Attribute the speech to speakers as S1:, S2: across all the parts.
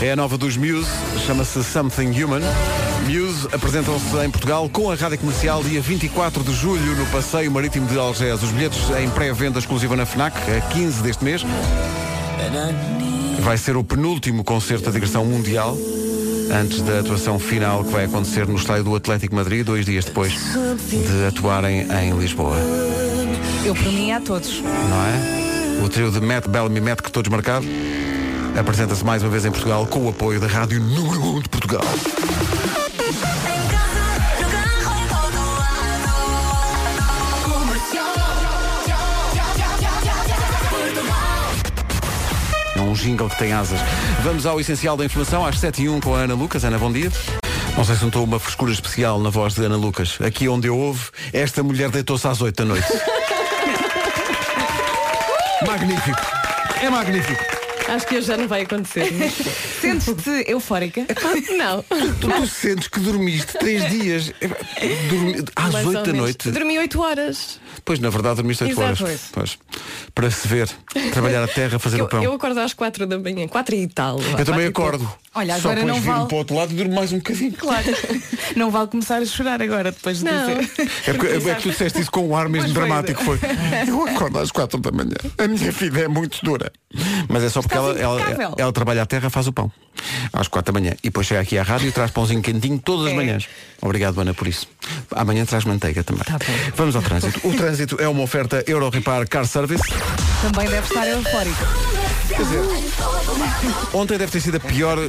S1: É a nova dos Muse, chama-se Something Human. Muse apresentam-se em Portugal com a Rádio Comercial dia 24 de julho no Passeio Marítimo de Algés. Os bilhetes em pré-venda exclusiva na FNAC, a 15 deste mês. Vai ser o penúltimo concerto da digressão mundial antes da atuação final que vai acontecer no estádio do Atlético Madrid, dois dias depois de atuarem em Lisboa,
S2: Eu, por mim, é a todos.
S1: não é? O trio de Matt Bellamy, Matt que todos marcaram, apresenta-se mais uma vez em Portugal com o apoio da Rádio Número 1 de Portugal.
S3: Em casa, no carro, em todo lado. Comercial.
S1: É um jingle que tem asas. Vamos ao essencial da informação, às 7 e 1 com a Ana Lucas. Ana, bom dia. Não sei se notou uma frescura especial na voz de Ana Lucas. Aqui onde eu ouvo, esta mulher deitou-se às 8 da noite. magnífico. É magnífico.
S4: Acho que hoje já não vai acontecer.
S2: Sentes-te eufórica?
S4: não.
S1: Tu, tu sentes que dormiste 3 dias. É, Dormi- às
S4: Mais ou
S1: 8 da
S4: menos.
S1: noite.
S4: Dormi 8 horas.
S1: Pois, na verdade, dormiste 8 horas.
S4: Exato, oito.
S1: Pois. Para se ver, trabalhar a terra, fazer
S4: Eu,
S1: o pão.
S4: eu acordo às 4 da manhã. 4 e tal. vá,
S1: Eu
S4: quatro
S1: também
S4: e pouco.
S1: acordo.
S2: Olha,
S1: Só
S2: agora
S1: depois
S2: não
S1: viro-me
S2: vale.
S1: para o outro lado e durmo mais um bocadinho.
S2: Claro. Não vale começar a chorar agora depois de
S4: Não.
S2: dizer.
S1: É porque é que tu disseste isso com um ar mesmo
S2: Pois foi.
S1: dramático foi. Eu acordo às quatro da manhã. A minha vida é muito dura. Mas é só porque ela,
S2: Estás
S1: ela,
S2: impecável.
S1: ela trabalha a terra, faz o pão. Às quatro da manhã. E depois chega aqui à rádio e traz pãozinho quentinho todas as
S2: É.
S1: manhãs. Obrigado, Ana, por isso. Amanhã traz manteiga também.
S2: Tá bom.
S1: Vamos ao trânsito. O trânsito é uma oferta Euro Repar Car Service.
S2: Também deve estar eufórico.
S1: Ontem deve ter sido a pior eh,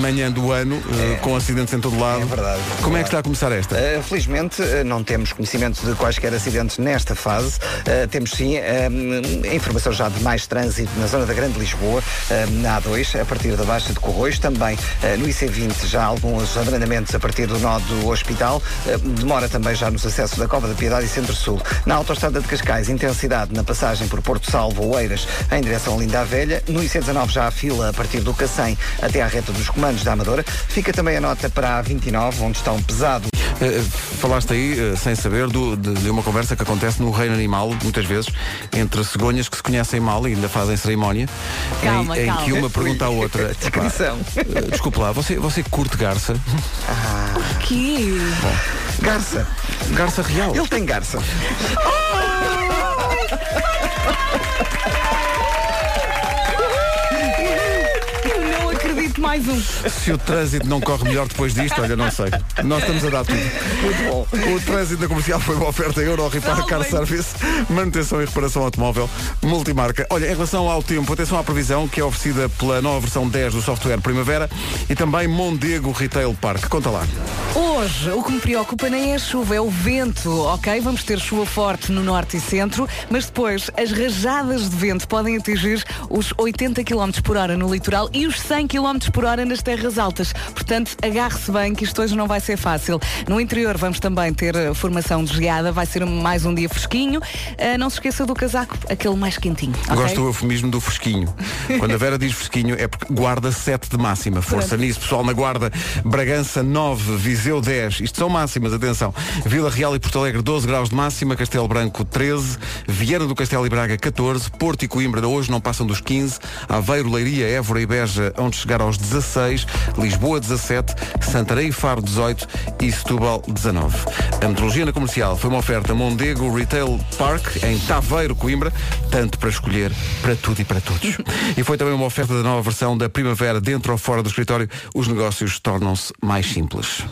S1: manhã do ano, eh, com acidentes em todo lado.
S5: É verdade.
S1: Como é que está a começar esta?
S5: Uh, felizmente uh, não temos conhecimento de quaisquer acidentes nesta fase. Uh, temos sim um, informação já de mais trânsito na zona da Grande Lisboa, um, na A2, a partir da Baixa de Corroios. Também uh, no IC20 já há alguns abrandamentos a partir do nó do Hospital. Uh, demora também já nos acessos da Cova da Piedade e Centro-Sul. Na Autostrada de Cascais, intensidade na passagem por Porto Salvo ou Eiras em direção a Linda a Velha. No IC19 já há fila a partir do Cacém até à reta dos comandos da Amadora. Fica também a nota para a A29, onde está um pesado
S1: Eh, Falaste aí, eh, sem saber, do- de, de uma conversa que acontece no reino animal, muitas vezes, entre cegonhas que se conhecem mal e ainda fazem cerimónia,
S2: Calma,
S1: em, em
S2: calma.
S1: que uma pergunta à outra. "Epá,
S5: Descrição.
S1: eh, Desculpe lá, você, você curte garça?
S2: Que?
S5: Garça.
S1: Garça real.
S5: Ele tem garça.
S2: Eu não acredito mais um.
S1: Se o trânsito não corre melhor depois disto, olha, não sei. Nós estamos a dar tudo.
S5: Muito bom.
S1: O trânsito da comercial foi uma oferta Euro Repar
S2: Não,
S1: Car
S2: bem.
S1: Service, manutenção e reparação automóvel, multimarca. Olha, em relação ao tempo, atenção à previsão que é oferecida pela nova versão 10 do software Primavera e também Mondego Retail Park. Conta lá.
S2: Hoje, o que me preocupa nem é a chuva, é o vento, ok? Vamos ter chuva forte no norte e centro, mas depois as rajadas de vento podem atingir os 80 km por hora no litoral e os 100 km por hora nas terras altas. Portanto, agarre-se bem que isto hoje não vai ser fácil. No interior vamos também ter eh, formação de geada, vai ser mais um dia fresquinho. Ah, não se esqueça do casaco, aquele mais quentinho. ok?
S1: Gosto do eufemismo do fresquinho. Quando a Vera diz fresquinho é porque guarda 7 de máxima. Força nisso, pessoal, na guarda. Bragança 9, Viseu 10. Isto são máximas, atenção. Vila Real e Porto Alegre 12 graus de máxima, Castelo Branco 13, Vieira do Castelo e Braga 14, Porto e Coimbra hoje não passam dos 15, Aveiro, Leiria, Évora e Beja onde chegar aos 16, Lisboa 17, Santarém e Faro 18 e Setúbal 19. A metrologia na comercial foi uma oferta Mondego Retail Park em Taveiro, Coimbra, tanto para escolher para tudo e para todos. e foi também uma oferta da nova versão da primavera dentro ou fora do escritório, os negócios tornam-se mais simples.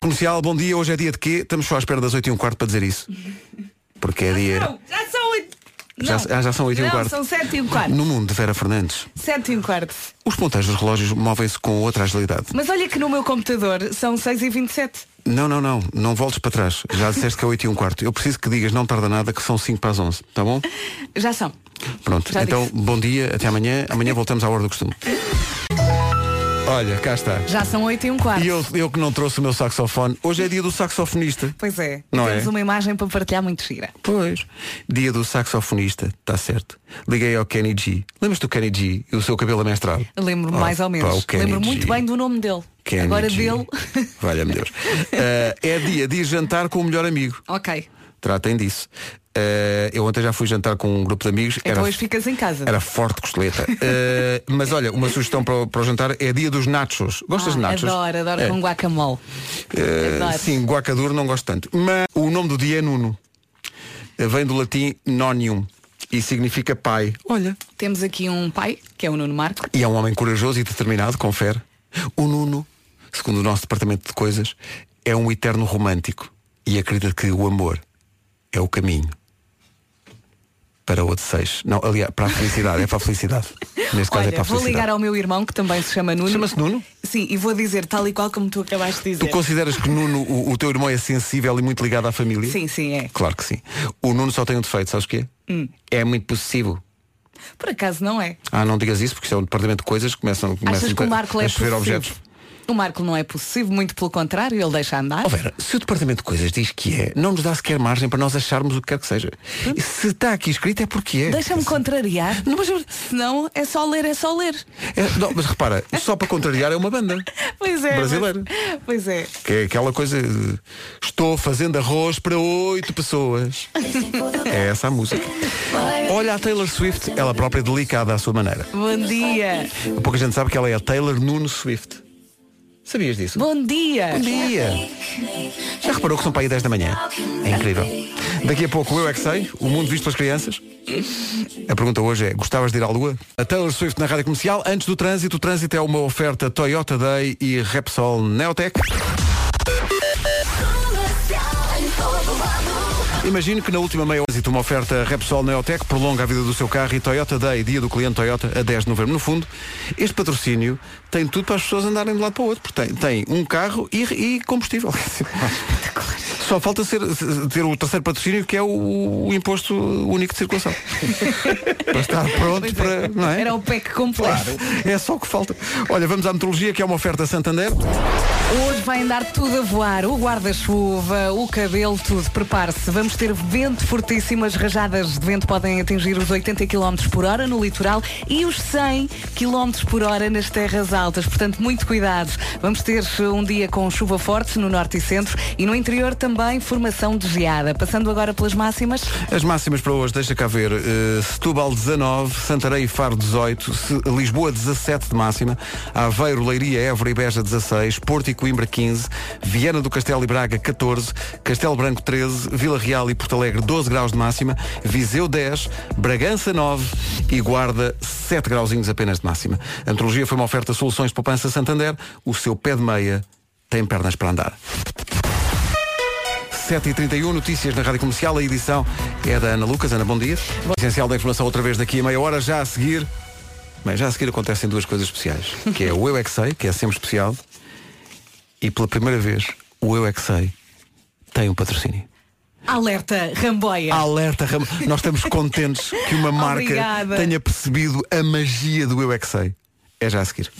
S1: Comercial, bom dia, hoje é dia de quê? Estamos só à espera das 8 e um quarto para dizer isso. Porque é dia.
S2: já são 8
S1: Já- ah, já são oito e um quarto.
S2: 7 e um quarto.
S1: No mundo de Vera Fernandes,
S2: 7 e um quarto.
S1: os ponteiros dos relógios movem-se com outra agilidade.
S2: Mas olha que no meu computador são 6 e 27
S1: Não, não, não, não voltes para trás. Já disseste que é 8 e um quarto. Eu preciso que digas, não tarda nada, que são 5 para as 11, tá bom?
S2: Já são.
S1: Pronto,
S2: Já
S1: então
S2: disse.
S1: bom dia, até amanhã. Amanhã voltamos à hora do costume. Olha, cá está.
S2: Já são 8 e um quarto.
S1: E eu, eu que não trouxe o meu saxofone, hoje é dia do saxofonista.
S2: Pois é,
S1: Não
S2: temos
S1: é?
S2: uma imagem para partilhar muito gira.
S1: Pois. Dia do saxofonista, está certo. Liguei ao Kenny G. Lembras do Kenny G e o seu cabelo amestrado?
S2: Lembro-me
S1: Oh,
S2: mais ou
S1: pá,
S2: menos.
S1: o Kenny
S2: Lembro
S1: G.
S2: muito bem do nome dele.
S1: Kenny
S2: Agora
S1: G. Eh,
S2: dele.
S1: Valha-me Deus. Ah, é dia de ir jantar com o melhor amigo.
S2: ok.
S1: Tratem disso. Eh, eu ontem já fui jantar com um grupo de amigos.
S2: E depois ficas em casa.
S1: Era forte costeleta. Eh, mas olha, uma sugestão para o, para o jantar é dia dos nachos. Gostas de
S2: Ah,
S1: nachos?
S2: Adoro, adoro
S1: É.
S2: com guacamole.
S1: Eh,
S2: Adoro.
S1: sim, guacaduro não gosto tanto. Mas o nome do dia é Nuno. Eh, Vem do latim nonium e significa pai. Olha.
S2: Temos aqui um pai, que é o Nuno Marco.
S1: E é um homem corajoso e determinado, confere. O Nuno, segundo o nosso departamento de coisas, é um eterno romântico e acredita que o amor é o caminho para o desejo. Não, aliás, para a felicidade, é para a felicidade. Neste caso é para a
S2: Olha, vou ligar
S1: felicidade.
S2: ao meu irmão, que também se chama Nuno.
S1: Chama-se Nuno?
S2: Sim, e vou dizer tal e qual como tu acabaste de dizer.
S1: Tu consideras que Nuno, o, o teu irmão é sensível e muito ligado à família?
S2: Sim, sim, é. Hum.
S1: Claro que sim. O Nuno só tem um defeito, sabes o quê? É muito possessivo.
S2: Por acaso não é.
S1: Ah, não digas isso, porque isso é um departamento de coisas que começam,
S2: Achas
S1: começam
S2: que o Marco
S1: então a
S2: é
S1: chover
S2: possessivo?
S1: objetos.
S2: O Marco não é possessivo, muito pelo contrário, ele deixa andar.
S1: Ó Vera, se o Departamento de Coisas diz que é, não nos dá sequer margem para nós acharmos o que quer que seja. E Se está aqui escrito é porque é.
S2: Deixa-me contrariar.
S1: Não, mas, eu-
S2: Senão é só ler, é só ler.
S1: é, não, mas repara, só para contrariar é uma banda.
S2: Pois é. mas-
S1: Brasileiro.
S2: Pois é.
S1: Que é aquela coisa. eh, Estou fazendo arroz para oito pessoas. É essa a música. Olha a Taylor Swift, ela própria é delicada à sua maneira.
S2: Bom dia.
S1: Pouca gente sabe que ela é a Taylor Nuno Swift. Sabias disso?
S2: Bom dia.
S1: Bom dia! Já reparou que são para aí 10 da manhã? É incrível. Daqui a pouco eu é que sei, o mundo visto pelas crianças. A pergunta hoje é, gostavas de ir à Lua? A Taylor Swift na Rádio Comercial, antes do trânsito, o trânsito é uma oferta Toyota Day e Repsol Neotech. Imagino que na última meia hora uma oferta Repsol Neotec prolonga a vida do seu carro e Toyota Day, dia do cliente Toyota, a 10 de novembro. No fundo, este patrocínio tem tudo para as pessoas andarem de um lado para o outro, porque tem, tem um carro e, e combustível. Só falta ser- ter o terceiro patrocínio, que é o, o imposto único de circulação. para estar pronto para. Não é?
S2: Era um- o pack completo.
S1: É só o que falta. Olha, vamos à metrologia, que é uma oferta Santander.
S2: Hoje vai andar tudo a voar, o guarda-chuva, o cabelo, tudo. Prepare-se, vamos ter vento fortíssimo, as rajadas de vento podem atingir os 80 km por hora no litoral e os 100 km por hora nas terras altas, portanto muito cuidado. Vamos ter um dia com chuva forte no norte e centro e no interior também formação de geada. Passando agora pelas máximas,
S1: As máximas para hoje, deixa cá ver. eh, Setúbal 19, Santarém e Faro 18, Se- Lisboa 17 de máxima, Aveiro, Leiria, Évora e Beja 16, Porto e Coimbra 15, Viana do Castelo e Braga 14, Castelo Branco 13, Vila Real e Porto Alegre 12 graus de máxima, Viseu 10, Bragança 9 e Guarda 7 grauzinhos apenas de máxima. A metrologia foi uma oferta Soluções de Poupança Santander, o seu pé de meia tem pernas para andar. 7h31, notícias na Rádio Comercial, a edição é da Ana Lucas. Ana, bom dia. Essencial da informação outra vez daqui a meia hora, já a seguir. Bem, já a seguir acontecem duas coisas especiais, que é o Eu É Que Sei, que é sempre especial, e pela primeira vez o Eu É Que Sei tem um patrocínio.
S2: alerta Ramboia.
S1: Alerta, Ram... nós estamos contentes que uma marca
S2: Obrigada.
S1: tenha percebido a magia do Eu É Que Sei. É já a seguir.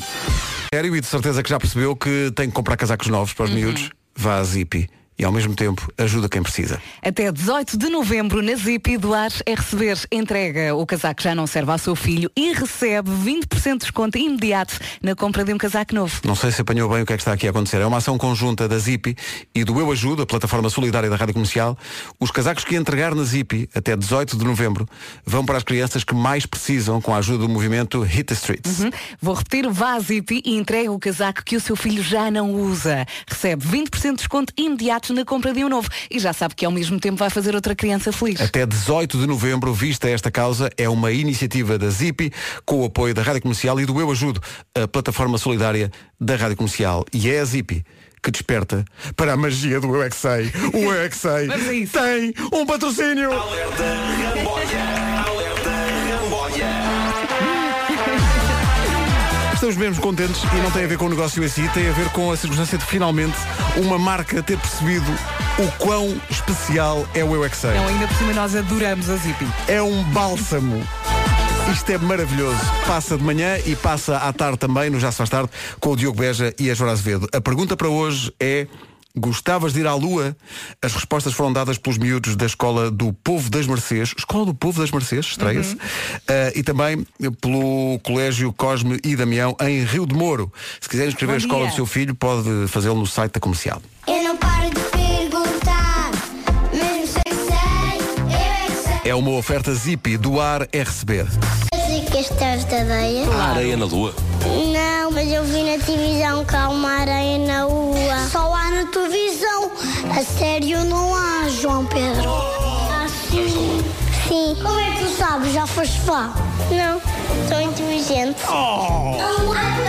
S1: Sério, e de certeza que já percebeu que tem que comprar casacos novos para os miúdos, vá à Zipi e ao mesmo tempo ajuda quem precisa.
S2: Até 18 de novembro, na Zip, Duares é receber, entrega o casaco que já não serve ao seu filho e recebe 20% de desconto imediato na compra de um casaco novo.
S1: Não sei se apanhou bem o que é que está aqui a acontecer. É uma ação conjunta da Zipi e do Eu Ajudo, a plataforma solidária da Rádio Comercial. Os casacos que entregar na Zipi até 18 de novembro vão para as crianças que mais precisam com a ajuda do movimento Hit the Streets.
S2: Hum? Vou repetir, vá à Zip e entrega o casaco que o seu filho já não usa. Recebe 20% de desconto imediato na compra de um novo. E já sabe que ao mesmo tempo vai fazer outra criança feliz.
S1: Até 18 de novembro, vista esta causa, é uma iniciativa da Zipi com o apoio da Rádio Comercial e do Eu Ajudo, a plataforma solidária da Rádio Comercial. E é a Zipi que desperta para a magia do Eu É Que Sei. O Eu É Que Sei
S2: Vamos a isso.
S1: tem um patrocínio. Estamos mesmo contentes e não tem a ver com o negócio em si, tem a ver com a circunstância de finalmente uma marca ter percebido o quão especial é o Eu É Que Sei.
S2: Então ainda por cima nós adoramos a Zip.
S1: É um bálsamo. Isto é maravilhoso. Passa de manhã e passa à tarde também, no Já se faz tarde, com o Diogo Beja e a Joana Azevedo. A pergunta para hoje é Gostavas de ir à Lua? As respostas foram dadas pelos miúdos da Escola do Povo das Mercês, Escola do Povo das Mercês,
S2: Uhum.
S1: estreia-se, Ah, e também pelo Colégio Cosme e Damião, em Rio de Moro. Se quiser inscrever
S2: Bom
S1: a escola
S2: dia.
S1: do seu filho, pode fazê-lo no site da comercial.
S6: Eu não paro de perguntar, mesmo sem que sei, eu é que
S1: É uma oferta Zip do ar é RCB.
S6: Sei que esta é da areia.
S7: A areia na lua.
S6: Não, mas eu vi na televisão que há uma areia na rua. Só há na televisão. A sério não há, João Pedro. Ah, sim. Sim. Como é que tu sabes? Já foste lá? Não. Sou inteligente. Oh.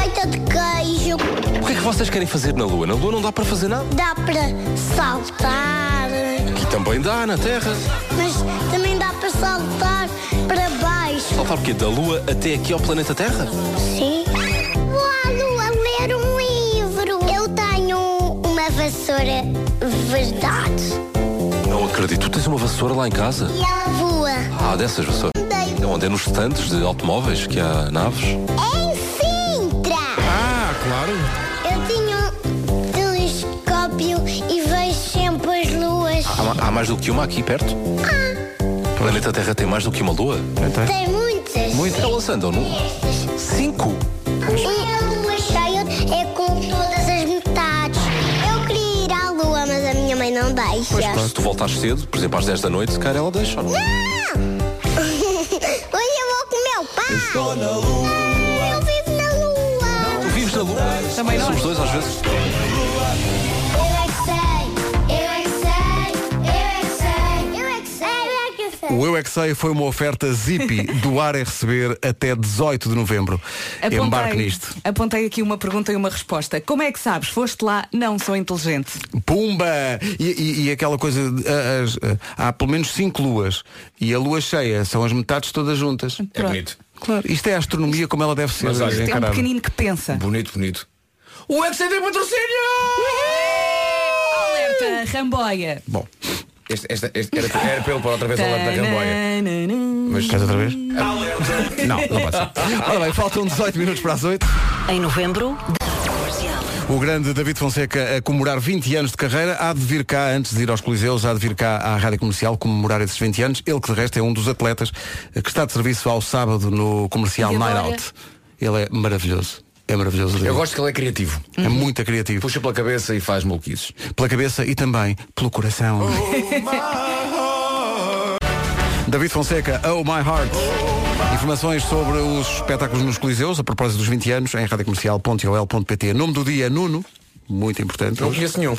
S6: Feita de queijo.
S7: O que é que vocês querem fazer na lua? Na lua não dá para fazer nada.
S6: Dá para saltar.
S7: Aqui também dá, na terra.
S6: Mas também dá para saltar para baixo.
S7: Só porque da lua até aqui ao planeta Terra?
S6: Sim. Vou à lua ler um livro. Eu tenho uma vassoura verdade.
S7: Não acredito. Tu tens uma vassoura lá em casa?
S6: E ela voa.
S7: Ah, dessas vassouras. É onde é nos estantes de automóveis que há naves.
S6: Em Sintra.
S1: Ah, claro.
S6: Eu tenho um telescópio e vejo sempre as luas. Ah,
S7: Há, ma- há mais do que uma aqui perto? O planeta Terra tem mais do que uma lua? É
S6: Tem muitas.
S7: Elas andam no... Cinco?
S6: E a lua cheia é com todas as metades. Eu queria ir à lua, mas a minha mãe não deixa.
S7: Se tu voltares cedo, por exemplo às 10 da noite, se calhar ela deixa. ou não? é?
S6: Hoje eu vou com o meu pai.
S7: Estou na lua.
S6: Eu vivo na lua.
S7: Tu vives na lua? Também Somos dois às vezes.
S6: Eu é que sei. Eu é que sei. Eu é que sei. Eu é que sei. Eu é que sei.
S1: O Eu É Que Sei foi uma oferta Zip do ar é receber até 18 de novembro. Embarque nisto.
S2: apontei aqui uma pergunta e uma resposta. Como é que sabes? Foste lá? Não, sou inteligente.
S1: Pumba! E, e- e aquela coisa, de, ah, as, ah, há pelo menos cinco luas e a lua cheia são as metades todas juntas.
S8: É bonito.
S1: Claro, isto é a astronomia como ela deve ser.
S8: Mas olha,
S2: É um
S1: encarada. É
S2: pequenino que pensa.
S8: Bonito, bonito. O ETC tem
S2: Alerta, ramboia.
S1: Bom,
S8: Este, este, este era, era para ele pôr outra vez ao lado da ramboia.
S2: Tananã.
S1: mas queres outra vez? Não, não passa. Ora bem, faltam 18 minutos para as 8.
S9: Em novembro,
S1: O grande David Fonseca a comemorar 20 anos de carreira há de vir cá, antes de ir aos Coliseus, há de vir cá à Rádio Comercial comemorar esses 20 anos. Ele que de resto é um dos atletas eh, que está de serviço ao sábado no comercial
S2: E
S1: Night
S2: adora.
S1: Out. Ele é maravilhoso. É maravilhoso. o David.
S8: Eu gosto que ele é criativo.
S1: É muito criativo.
S8: Puxa pela cabeça e faz maluquices.
S1: pela cabeça e também pelo coração. David Fonseca, Oh My Heart. Informações sobre os espetáculos nos Coliseus, a propósito dos 20 anos, em radiocomercial.ol.pt. Nome do dia, Nuno. Muito importante.
S8: Não
S1: hoje.
S8: conheço nenhum.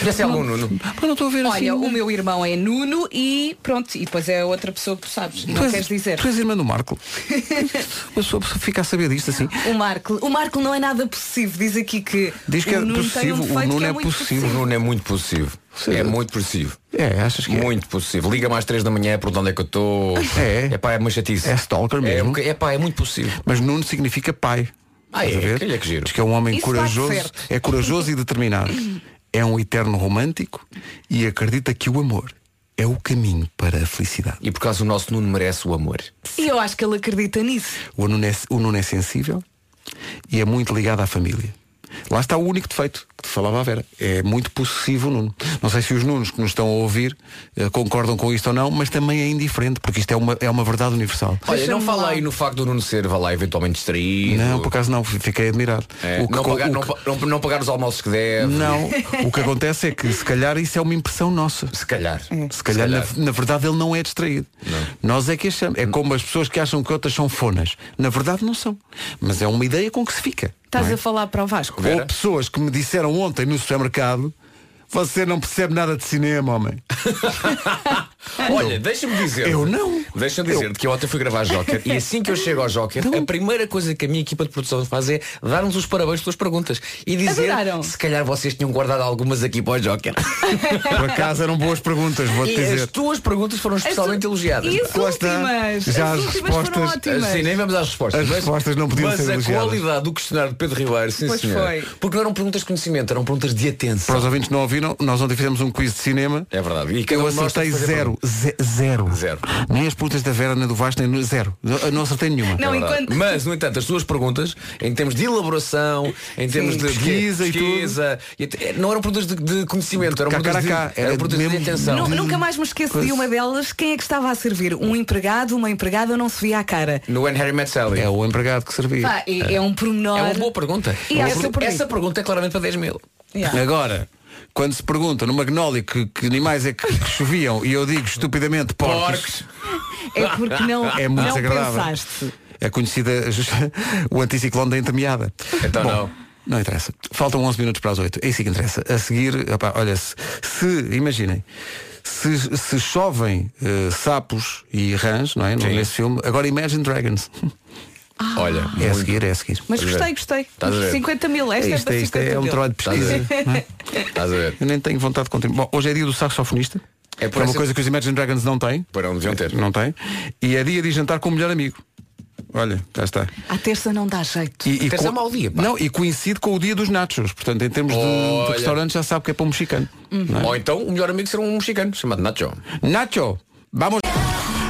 S8: Conhece algum, Nuno?
S1: Mas é não estou a ver assim.
S2: Olha, o meu irmão é Nuno e pronto, e depois é outra pessoa que tu sabes,
S1: Tu
S2: não
S1: és-
S2: queres dizer.
S1: Tu és irmã do Marco. Uma pessoa fica a saber disto assim.
S2: O Marco, o Marco não é nada possível, diz aqui que
S1: Diz que
S2: o
S1: é
S2: Nuno tem
S1: possessivo,
S2: um
S1: o
S2: defeito
S1: Nuno
S2: que
S1: é
S2: é muito
S1: possessivo.
S8: O Nuno é muito possessivo. É muito possessivo.
S1: É, achas que é?
S8: Muito possível. Liga-me às 3 da manhã, pergunta onde é que eu estou.
S1: É.
S8: É pá, é uma chatice.
S1: É stalker mesmo.
S8: É, um ca- é pá, é muito possível.
S1: Mas Nuno significa pai.
S8: Ah,
S1: Estás
S8: é?
S1: a ver?
S8: Olha que giro.
S1: Diz que é um homem
S2: Isso
S1: corajoso,
S2: bate certo.
S1: é corajoso e determinado. É um eterno romântico e acredita que o amor é o caminho para a felicidade.
S8: E por causa o nosso Nuno merece o amor.
S2: E eu acho que ele acredita nisso.
S1: O Nuno é, o Nuno é sensível e é muito ligado à família. Lá está o único defeito que te falava a Vera. É muito possessivo o Nuno. Não sei se os Nunos que nos estão a ouvir eh, concordam com isto ou não, mas também é indiferente, porque isto é uma, é uma verdade universal.
S8: Olha, não
S2: Deixa-me lá.
S8: falei no facto do Nuno ser, vá lá, eventualmente distraído.
S1: Não, por acaso não, fiquei admirado.
S8: É,
S1: O que
S8: não,
S1: co-
S8: pagar,
S1: o
S8: não,
S1: que-
S8: pa- não- não pagar os almoços que deve.
S1: Não, o que acontece é que se calhar isso é uma impressão nossa.
S8: Se calhar.
S1: Se calhar, Na, na verdade, ele não é distraído. Nós é que achamos. É como as pessoas que acham que outras são fonas. Na verdade, não são. Mas é uma ideia com que se fica.
S2: Estás
S1: não é?
S2: a falar para o Vasco.
S8: Vera?
S1: Ou pessoas que me disseram ontem no supermercado você não percebe nada de cinema, homem.
S8: Olha, deixa-me dizer.
S1: Eu não.
S8: Deixa-me dizer que eu ontem fui gravar Joker e assim que eu chego ao Joker, a primeira coisa que a minha equipa de produção faz é dar-nos os parabéns pelas perguntas e dizer
S2: Adoraram.
S8: se calhar vocês tinham guardado algumas aqui para o Joker.
S1: Por acaso eram boas perguntas, vou-te
S8: e as
S1: dizer.
S8: tuas perguntas foram especialmente
S2: As tu-
S8: elogiadas.
S2: E as
S1: Lá está.
S2: últimas?
S1: Já
S2: as
S1: as
S2: últimas foram
S1: respostas-
S2: ótimas.
S8: Sim, nem vamos às respostas.
S1: As
S8: mas-
S1: respostas não podiam
S8: mas
S1: ser
S8: a
S1: elogiadas.
S8: qualidade do questionário de Pedro Ribeiro, sim
S2: Pois
S8: senhor.
S2: foi.
S8: Porque não eram perguntas de conhecimento, eram perguntas de atenção.
S1: Para os ouvintes que não ouviram, nós ontem fizemos um quiz de cinema.
S8: É verdade. E cada
S1: Eu
S8: um de nós
S1: acertei
S8: tem que fazer
S1: zero. Ze- zero.
S8: Zero.
S1: Nem as putas da Vera, nem do Vasco, nem zero. Eu Não acertei nenhuma.
S2: Não,
S8: É verdade.
S2: enquanto-
S8: Mas, no entanto, as tuas perguntas, em termos de elaboração, em termos de
S1: Pesquisa e
S8: de pesquisa, e até- é, não eram perguntas de, de conhecimento, eram
S1: Cá,
S8: perguntas,
S1: cá, cá.
S8: de, eram
S1: Era
S8: perguntas
S1: mesmo-
S8: de atenção.
S2: Nu- nunca mais me esqueço de uma delas. Quem é que estava a servir? Um empregado, uma empregada, não se via a cara.
S8: No When Harry Met Sally.
S1: É o empregado que servia.
S2: Pá, é, é um pormenor.
S8: É uma boa pergunta.
S2: E acho que
S8: essa,
S2: eu perdi.
S8: essa pergunta é claramente para 10 mil.
S2: Yeah.
S1: Agora, quando se pergunta no Magnólio que, que animais é que, que choviam e eu digo estupidamente porcos,
S8: Porcos.
S2: é porque não,
S1: É muito
S2: não
S1: desagradável.
S2: pensaste.
S1: É conhecida o anticiclone da entremeada.
S8: Então
S1: Bom,
S8: não.
S1: Não interessa. Faltam 11 minutos para as 8. É isso que interessa. A seguir, opá, olha, se, se- imaginem, se, se chovem eh, sapos e rãs, não é?
S8: Sim.
S1: Nesse filme, agora Imagine Dragons.
S8: Olha,
S1: É a
S8: muito-
S1: seguir, é a seguir.
S2: Mas
S8: Estás a ver?
S2: gostei, gostei.
S8: Estás a ver?
S2: 50 mil, esta é
S1: isto,
S2: para
S1: é- isto
S2: 50
S1: é um
S2: mil.
S1: trabalho de pesquisa.
S8: Estás
S1: não é?
S8: Estás a ver?
S1: Eu nem tenho vontade de contribuir. Bom, hoje é dia do saxofonista.
S8: É por
S1: que é uma
S8: essa-
S1: coisa que os Imagine Dragons não têm.
S8: Pois não, deviam ter.
S1: Não têm. E é dia de jantar com o melhor amigo. Olha, já está.
S2: À terça não dá jeito.
S1: E,
S8: Terça é mau dia, pá.
S1: Não, e coincide com o dia dos nachos. Portanto, em termos de, de
S8: Olha.
S1: restaurante, já sabe que é para um mexicano. não é?
S8: Ou então o melhor amigo será um mexicano chamado Nacho.
S1: Nacho, vamos.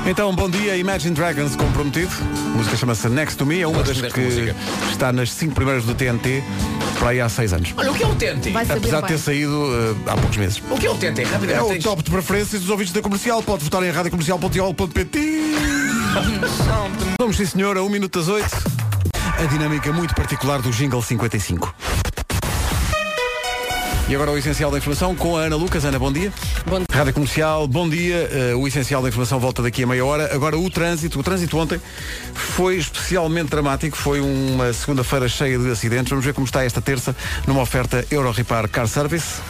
S1: Então, bom dia, Imagine Dragons, como prometido. A música chama-se Next to Me, é uma
S8: Gosto
S1: das
S8: desta
S1: que
S8: música.
S1: está nas cinco primeiras do TNT para aí há seis anos.
S8: Olha, o que é o TNT?
S2: Vai saber
S1: Apesar de
S2: bem.
S1: ter saído eh, há poucos meses.
S8: O que é o TNT?
S1: É
S8: Rapidamente.
S1: o top de preferências dos ouvintes da comercial. Pode votar em radiocomercial.ol.pt. Vamos, sim, senhora, 1 minuto das 8. A dinâmica muito particular do Jingle 55. E agora o essencial da informação com a Ana Lucas. Ana, bom dia.
S4: Bom dia.
S1: Rádio Comercial, bom dia. Eh, o essencial da informação volta daqui a meia hora. Agora o trânsito. O trânsito ontem foi especialmente dramático. Foi uma segunda-feira cheia de acidentes. Vamos ver como está esta terça numa oferta Euro Repar Car Service.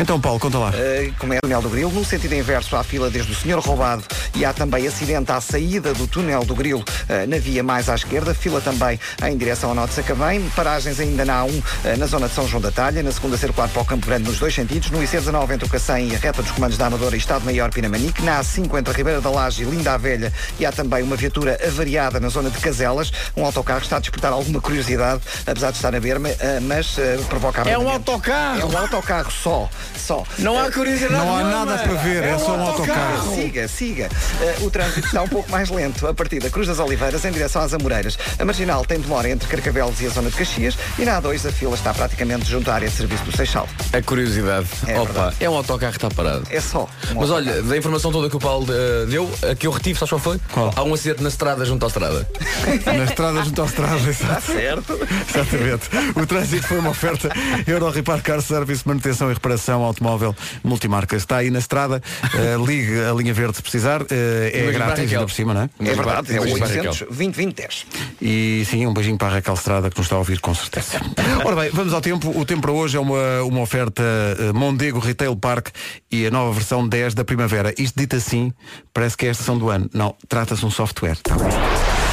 S1: Então, Paulo, conta lá.
S5: Uh, como é o túnel do Grilo. No sentido inverso, há fila desde o Senhor Roubado e há também acidente à saída do túnel do Grilo uh, na via mais à esquerda. Fila também em direção ao Norte de Sacavém. Paragens ainda na A1 uh, na zona de São João da Talha, na segunda circular para o Campo Grande nos dois sentidos, no IC19 entre o Cacém e a reta dos comandos da Amadora e Estado Maior Pinamanique, na A5 entre a Ribeira da Laje e Linda a Velha e há também uma viatura avariada na zona de Caselas. Um autocarro está a despertar alguma curiosidade, apesar de estar na berma, uh, mas uh, provoca
S8: É um
S5: arrendamento.
S8: autocarro!
S5: É um autocarro só, só. É,
S8: Não há curiosidade
S1: Não há
S8: nenhuma.
S1: nada para ver, é só um autocarro.
S5: Siga, siga. Eh, o trânsito está um pouco mais lento a partir da Cruz das Oliveiras em direção às Amoreiras. A marginal tem demora entre Carcavelos e a zona de Caxias e na A2 a fila está praticamente junto à área de serviço do Seixal.
S8: A curiosidade.
S5: É
S8: Opa,
S5: verdade.
S8: é um autocarro que está parado.
S5: É só. um
S8: Mas olha,
S5: autocarro.
S8: da informação toda que o Paulo eh, deu, a que eu retive, sabes qual foi?
S1: Qual?
S8: Há um acidente na estrada junto à estrada.
S1: Tá Na estrada junto à estrada, exato.
S5: certo.
S1: Exatamente. O trânsito foi uma oferta Euro Repar Car Service, manutenção e reparação automóvel multimarca. Está aí na estrada, eh, ligue a linha verde se precisar, eh, é
S8: beijinho para a
S1: grátis
S8: Raquel.
S1: ainda por cima, não é?
S5: É verdade, é o
S8: Mas,
S5: 800 20 20 10.
S1: E sim, um beijinho para a Raquel Estrada que nos está a ouvir com certeza. Ora bem, vamos ao tempo. O tempo para hoje é uma, uma oferta eh, Mondego Retail Park e a nova versão 10 da primavera. Isto dito assim, parece que é a estação do ano. Não, trata-se de um software. Tá bom.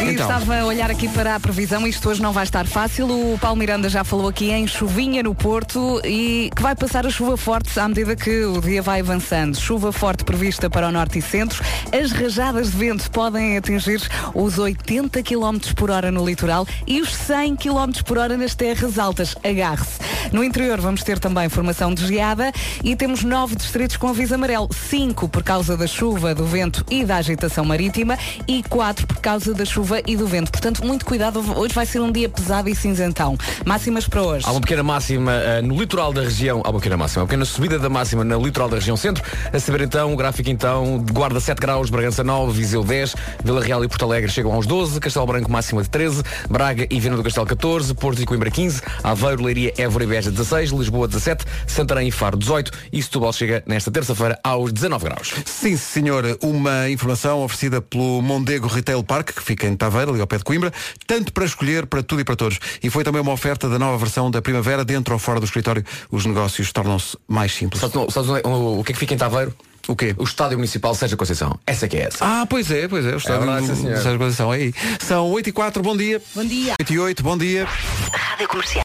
S2: Eu
S1: Então.
S2: estava a olhar aqui para a previsão, isto hoje não vai estar fácil. O Paulo Miranda já falou aqui em chuvinha no Porto e que vai passar a chuva forte à medida que o dia vai avançando. Chuva forte prevista para o norte e centro. As rajadas de vento podem atingir os 80 km por hora no litoral e os 100 km por hora nas terras altas. Agarre-se. No interior vamos ter também formação de geada e temos nove distritos com aviso amarelo. Cinco por causa da chuva, do vento e da agitação marítima e quatro por causa da chuva e do vento. Portanto, muito cuidado. Hoje vai ser um dia pesado e cinzentão. Máximas para hoje.
S8: Há uma pequena máxima eh, no litoral da região, há uma pequena máxima, uma pequena subida da máxima no litoral da região centro. A saber então, o gráfico então, de Guarda 7 graus, Bragança 9, Viseu 10, Vila Real e Porto Alegre chegam aos 12, Castelo Branco máxima de 13, Braga e Viana do Castelo 14, Porto e Coimbra 15, Aveiro, Leiria, Évora e Beja 16, Lisboa 17, Santarém e Faro 18 e Setúbal chega nesta terça-feira aos 19 graus.
S1: Sim, senhor. Uma informação oferecida pelo Mondego Retail Park, que fica em Taveira, ali ao pé de Coimbra, tanto para escolher, para tudo e para todos. E foi também uma oferta da nova versão da Primavera, dentro ou fora do escritório, os negócios tornam-se mais simples.
S8: Sabes, não- sabes onde é- o, o que é que fica em Taveiro?
S1: O quê?
S8: O Estádio Municipal Sérgio Conceição. Essa é que é essa.
S1: Ah, pois é, pois é. O estádio
S8: verdade,
S1: do-
S8: sim, senhor.
S1: do Sérgio Conceição, é aí. São 8 e 4, bom dia.
S2: Bom dia.
S1: 8 e 8, bom dia.
S3: Rádio Comercial.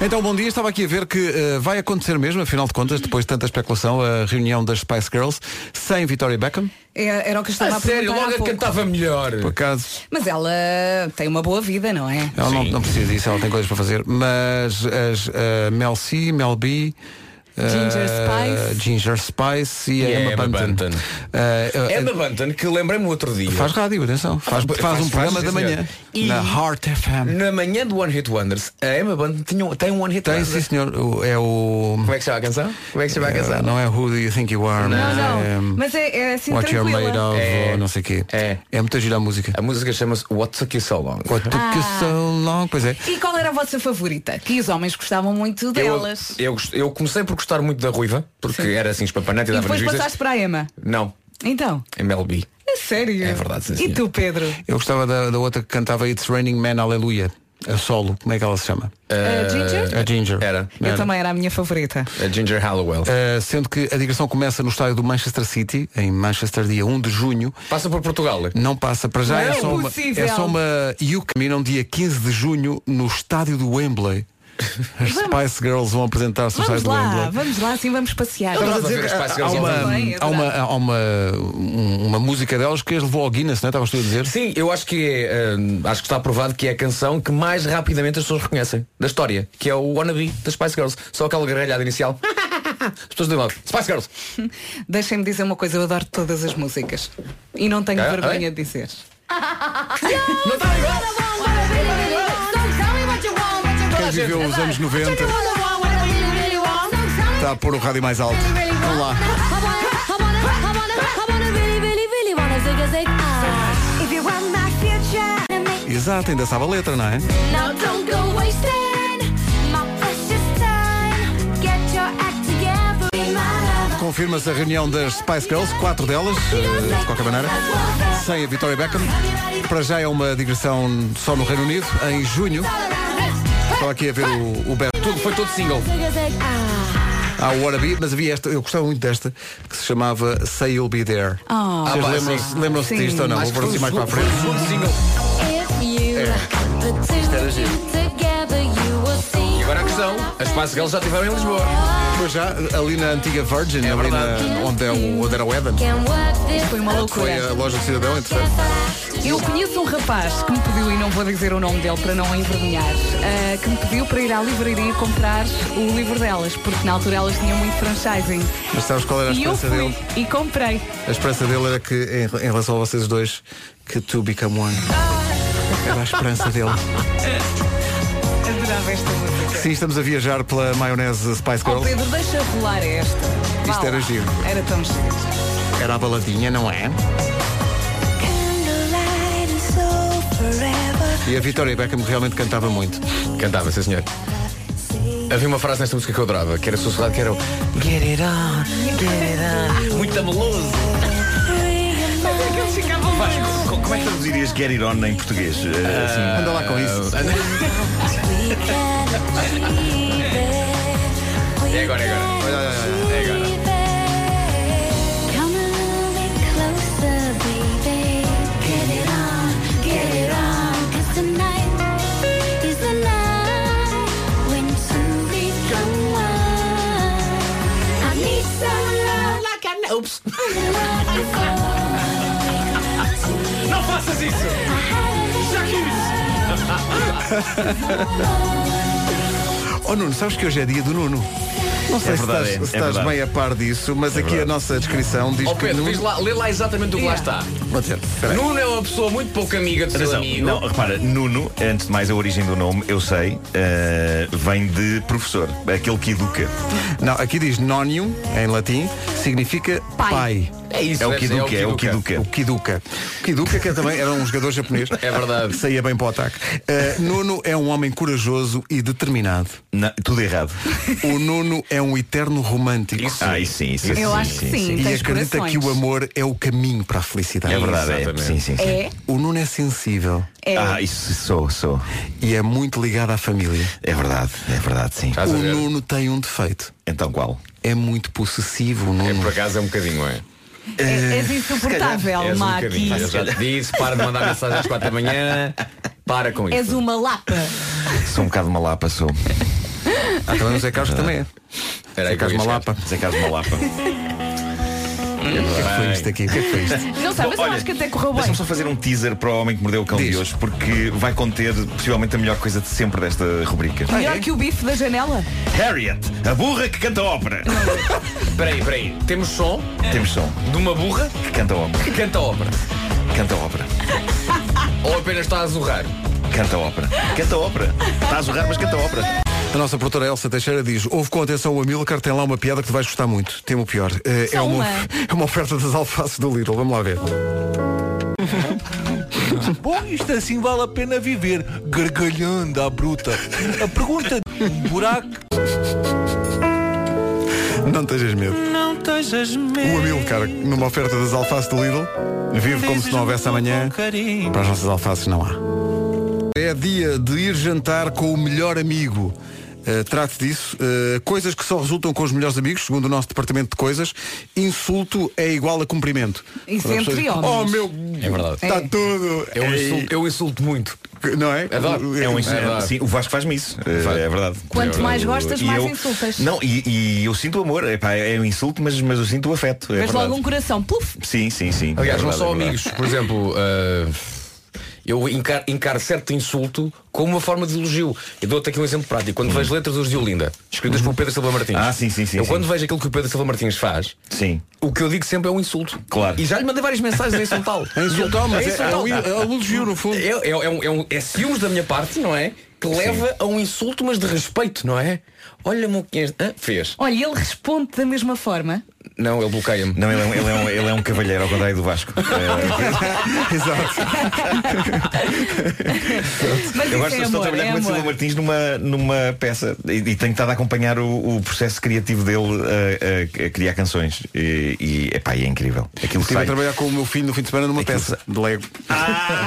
S1: Então, bom dia. Estava aqui a ver que eh, vai acontecer mesmo, afinal de contas, depois de tanta especulação, a reunião das Spice Girls, sem Victoria Beckham,
S2: É- Era o que eu estava a, perguntar há pouco.
S8: melhor.
S1: por acaso.
S2: Mas ela tem uma boa vida, não é?
S1: Ela não, não precisa disso, ela tem coisas para fazer. Mas as eh, Mel C, Mel B. eh,
S2: Ginger Spice.
S1: Ginger Spice e
S8: E
S1: a
S8: a
S1: Emma
S8: Emma
S1: Bunton.
S8: Bunton.
S1: Eh, eh,
S8: Emma Bunton, É que lembrei-me o outro dia.
S1: faz rádio, atenção. Faz, faz,
S8: faz-
S1: um programa
S8: faz,
S1: da
S8: sim,
S1: manhã.
S8: senhor.
S1: Na
S8: E-
S1: Heart FM.
S8: Na manhã do One Hit Wonders, a Emma Bunton tinha, um- tem um One Hit
S1: Tem,
S8: Wonders.
S1: sim senhor. O- É o.
S8: Como é que se chama a canção? Como é que se chama a
S1: eh,
S8: canção?
S1: Não é Who Do You Think You Are,
S2: Não,
S1: mas
S2: não.
S1: é. hum,
S2: Mas é, é assim
S1: What You're Made
S2: tranquila.
S1: Of,
S8: É.
S1: ou não sei o quê.
S8: É.
S1: é muito gira a música.
S8: A música chama-se What Took You So Long.
S1: What took you
S2: Ah.
S1: so long? Pois é.
S2: E qual era a vossa favorita? Que os homens gostavam muito
S8: Eu,
S2: delas.
S8: eu, gost- eu comecei por gostar gostar muito da ruiva, porque era assim espapanante
S2: E
S8: e dava nas
S2: depois
S8: vistas.
S2: passaste para a Ema.
S8: Não,
S2: Então,
S8: MLB.
S2: é sério.
S8: É verdade, sim,
S2: E
S8: senhor.
S2: tu, Pedro?
S1: Eu gostava da, da outra que cantava It's Raining Man, Aleluia. A solo, como é que ela se chama?
S2: A Ah, Ginger?
S1: A Ginger.
S8: É, Era.
S2: Eu também era a minha favorita.
S8: A Ginger Hallowell.
S1: Uh, sendo que a digressão começa no estádio do Manchester City, em Manchester, dia 1 de junho.
S8: Passa por Portugal.
S1: Não passa para já,
S2: Não
S1: é,
S2: é
S1: só uma,
S2: possível.
S1: é só uma UK. Terminam um dia 15 de junho no estádio do Wembley. As Spice Girls vão apresentar-se no estádio
S2: Vamos
S1: do
S2: lá,
S1: Wembley.
S2: vamos lá, sim, vamos é passear.
S8: Estamos
S1: Estava
S8: a ver
S1: que
S8: as Spice
S1: há
S8: Girls
S1: uma,
S2: ao vivo.
S1: há uma, há uma, um- uma música delas que as levou ao Guinness, não é? Estavas tu a dizer?
S8: Sim, eu acho que é, hum, acho que está provado que é a canção que mais rapidamente as pessoas reconhecem da história, que é o Wannabe das Spice Girls. Só aquela gargalhada inicial. As pessoas dizem logo, Spice Girls.
S2: Deixem-me dizer uma coisa, eu adoro todas as músicas. E não tenho
S8: Ah,
S2: vergonha
S8: é?
S2: de dizer.
S1: Quem viveu
S2: é
S1: os anos 90
S2: Então,
S1: está a pôr o rádio mais alto. Vamos lá. Exato, ainda sabe a letra, não é? Confirma-se a reunião das Spice Girls, quatro delas, eh, de qualquer maneira, sem a Victoria Beckham. Para já é uma digressão só no Reino Unido, em junho. Estava aqui a ver o, o Beto.
S8: Tudo, foi todo single.
S1: Há o Wannabe, mas havia esta, eu gostava muito desta, que se chamava Say You'll Be There.
S2: Ah.
S1: Vocês
S8: Ah, pá,
S1: lembram-se-
S8: sim.
S1: lembram-se
S2: Sim.
S1: disto ou não? Vou pôr assim mais para a frente.
S8: E agora a questão, as Spice Girls já estiveram em Lisboa.
S1: Depois já, ali na antiga Virgin, ali na,
S8: verdade.
S1: onde, é o, onde era o Eden,
S2: Foi uma
S1: foi ah,
S2: loucura.
S1: a loja do Cidadão, entretanto.
S2: Eu conheço um rapaz que me pediu, e não vou dizer o nome dele para não a envergonhar, ah, que me pediu para ir à livraria comprar o livro delas, porque na altura elas tinham muito franchising.
S1: Mas sabes qual era a
S2: E eu
S1: esperança
S2: fui
S1: dele?
S2: e comprei.
S1: A esperança dele era que, em, em relação a vocês dois, que tu become one. Era a esperança dele.
S2: Adorava esta música.
S1: Sim, estamos a viajar pela maionese Spice
S2: Oh
S1: Girls.
S2: Pedro, deixa rolar esta. Vá
S1: Isto era
S2: lá.
S1: giro.
S2: Era tão giro.
S1: Era a baladinha, não é? E a Victoria Beckham realmente cantava muito.
S8: Cantava, sim senhor. Havia uma frase nesta música que eu adorava, que era sussurrado, que era o Get it on, get it on. Muito amaloso.
S9: Co- Como é que traduzirias Get It On em português? Eh, assim,
S1: Anda lá com isso.
S8: É agora, é
S1: Olha,
S8: agora.
S1: olha, olha.
S8: Ups. Não faças isso!
S1: Oh Nuno, sabes que hoje é dia do Nuno? Não sei
S9: É
S1: se
S9: verdade,
S1: estás,
S9: é.
S1: se
S9: É
S1: estás
S9: verdade.
S1: bem a par disso, mas aqui
S9: verdade.
S1: a nossa descrição diz que
S8: Ó Oh, Pedro,
S1: Nuno...
S8: diz lá, lê lá exatamente o que lá está.
S1: Vou dizer, espera aí.
S8: Nuno é uma pessoa muito pouco amiga do seu
S9: Atenção,
S8: amigo.
S9: não, repara, Nuno, antes de mais a origem do nome, eu sei, eh, vem de professor, aquele que educa.
S1: Não, aqui diz nonium, em latim, significa pai.
S8: É isso,
S9: É o
S8: deve
S9: que
S8: ser,
S9: educa, é o que educa.
S1: O Kiduka. O Kiduka, que também era um jogador japonês.
S8: É verdade.
S1: Saía bem para o ataque. Uh, Nuno é um homem corajoso e determinado.
S9: Não, tudo errado.
S1: O Nuno é um eterno romântico.
S9: Ah, isso sim, isso
S2: Eu
S9: sim,
S2: acho que sim.
S1: E
S2: Tens
S1: acredita
S2: corações.
S1: que o amor é o caminho para a felicidade.
S9: É verdade,
S8: Exatamente.
S9: é. Sim, sim, sim.
S2: É,
S1: O Nuno é sensível
S2: é.
S9: Ah, isso sou, sou.
S1: e é muito ligado à família.
S9: É verdade, é verdade, sim.
S8: Estás
S1: O
S8: a ver?
S1: Nuno tem um defeito.
S9: Então qual?
S1: É muito possessivo, o
S8: É
S1: Nuno.
S8: por acaso é um bocadinho, é?
S2: É-
S9: Eh,
S2: és insuportável,
S8: És um
S2: Maki.
S8: bocadinho. Eu já te disse, para de mandar mensagens às quatro da manhã. Para com
S2: És
S8: isso.
S2: uma lapa.
S9: Sou um bocado malapa, sou. Ah,
S1: Há também o Zé Carlos que também é.
S8: Era
S1: Zé
S8: aí que eu
S1: Carlos
S8: ia chegar.
S1: Malapa.
S9: Zé Carlos é Malapa.
S1: Foi isto aqui. O que é que foi isto?
S2: Não sei, Tá, mas eu
S9: Olha,
S2: acho que até correu bem.
S9: Deixa-me só fazer um teaser para o Homem que Mordeu o Cão
S1: Diz.
S9: de hoje, porque vai conter possivelmente a melhor coisa de sempre desta rubrica.
S2: Melhor que o bife da janela.
S9: Harriet, a burra que canta ópera.
S8: Peraí, peraí. Temos som
S9: Temos som.
S8: de uma burra
S9: Que canta ópera.
S8: que canta ópera.
S9: Canta ópera.
S8: Ou apenas está a zurrar.
S9: Canta ópera. Canta ópera. Está a zorrar, mas canta ópera.
S1: A nossa produtora Elsa Teixeira diz Ouve com atenção o Amilcar, tem lá uma piada que te vais gostar muito Temo o pior Eh, é,
S2: Só
S1: uma,
S2: uma.
S1: é uma oferta das alfaces do Lidl, vamos lá ver
S10: Bom, isto assim vale a pena viver, um gargalhando à bruta. A pergunta de buraco
S1: Não tejas medo.
S3: Não tejas medo.
S1: O Amilcar, numa oferta das alfaces do Lidl, vive como se não houvesse amanhã. Para as nossas alfaces não há. É dia de ir jantar com o melhor amigo. Uh, trate disso. Uh, coisas que só resultam com os melhores amigos, segundo o nosso departamento de coisas, insulto é igual a cumprimento.
S2: Isso
S1: Quando as
S2: entre
S1: pessoas dizem,
S2: homens.
S1: Oh meu,
S8: É verdade.
S1: está tudo.
S8: Eu
S1: Ei."
S8: insulto, eu insulto muito.
S1: Não é?
S8: Adoro.
S1: É
S9: É um
S1: um
S9: insu-
S8: verdade.
S9: Sim, o Vasco faz-me isso. É, é verdade.
S2: Quanto mais gostas,
S9: E
S2: mais
S9: eu-
S2: insultas.
S9: Não, e, e eu sinto o amor. Epá, é um insulto, mas, mas eu sinto o afeto.
S2: Mas
S9: É verdade.
S2: logo um coração, pluf!
S9: Sim, sim, sim.
S8: Aliás,
S9: É
S8: não
S9: verdade,
S8: só
S9: é verdade.
S8: amigos, por exemplo, ah, eu encaro, encaro certo insulto como uma forma de elogio. Eu dou-te aqui um exemplo prático. Quando vejo letras do Olinda, escritas pelo Pedro Silva Martins.
S9: Ah, sim, sim, sim,
S8: Eu
S9: sim.
S8: quando vejo aquilo que o Pedro Silva Martins faz,
S9: Sim.
S8: o que eu digo sempre é um insulto.
S9: Claro.
S8: E já lhe mandei várias mensagens a insultá-lo.
S1: É insultar, mas
S8: É
S1: é, é,
S8: insultar.
S1: um- é um elogio no fundo.
S8: É, é, é um, é, um- é ciúmes da minha parte, não é? Que leva a um insulto, mas de respeito, não é? Olha-me o que este- Hã? fez.
S2: Olha, ele responde da mesma forma.
S8: Não, ele bloqueia-me.
S9: Não, ele é, um, ele, é um, ele é um cavalheiro, ao contrário do Vasco. É,
S1: Exato.
S2: Mas isso
S9: eu gosto
S2: é
S9: de estou a
S2: amor,
S9: trabalhar
S2: é
S9: com o Silva
S2: amor.
S9: Martins numa, numa peça e, e tenho estado a acompanhar o, o processo criativo dele a, a- a criar canções. E, e, epá, e é incrível. Aquilo
S1: Estive a
S9: sai.
S1: trabalhar com o meu filho no fim de semana
S8: É
S1: numa
S9: Aquilo
S1: peça de Lego. Ah,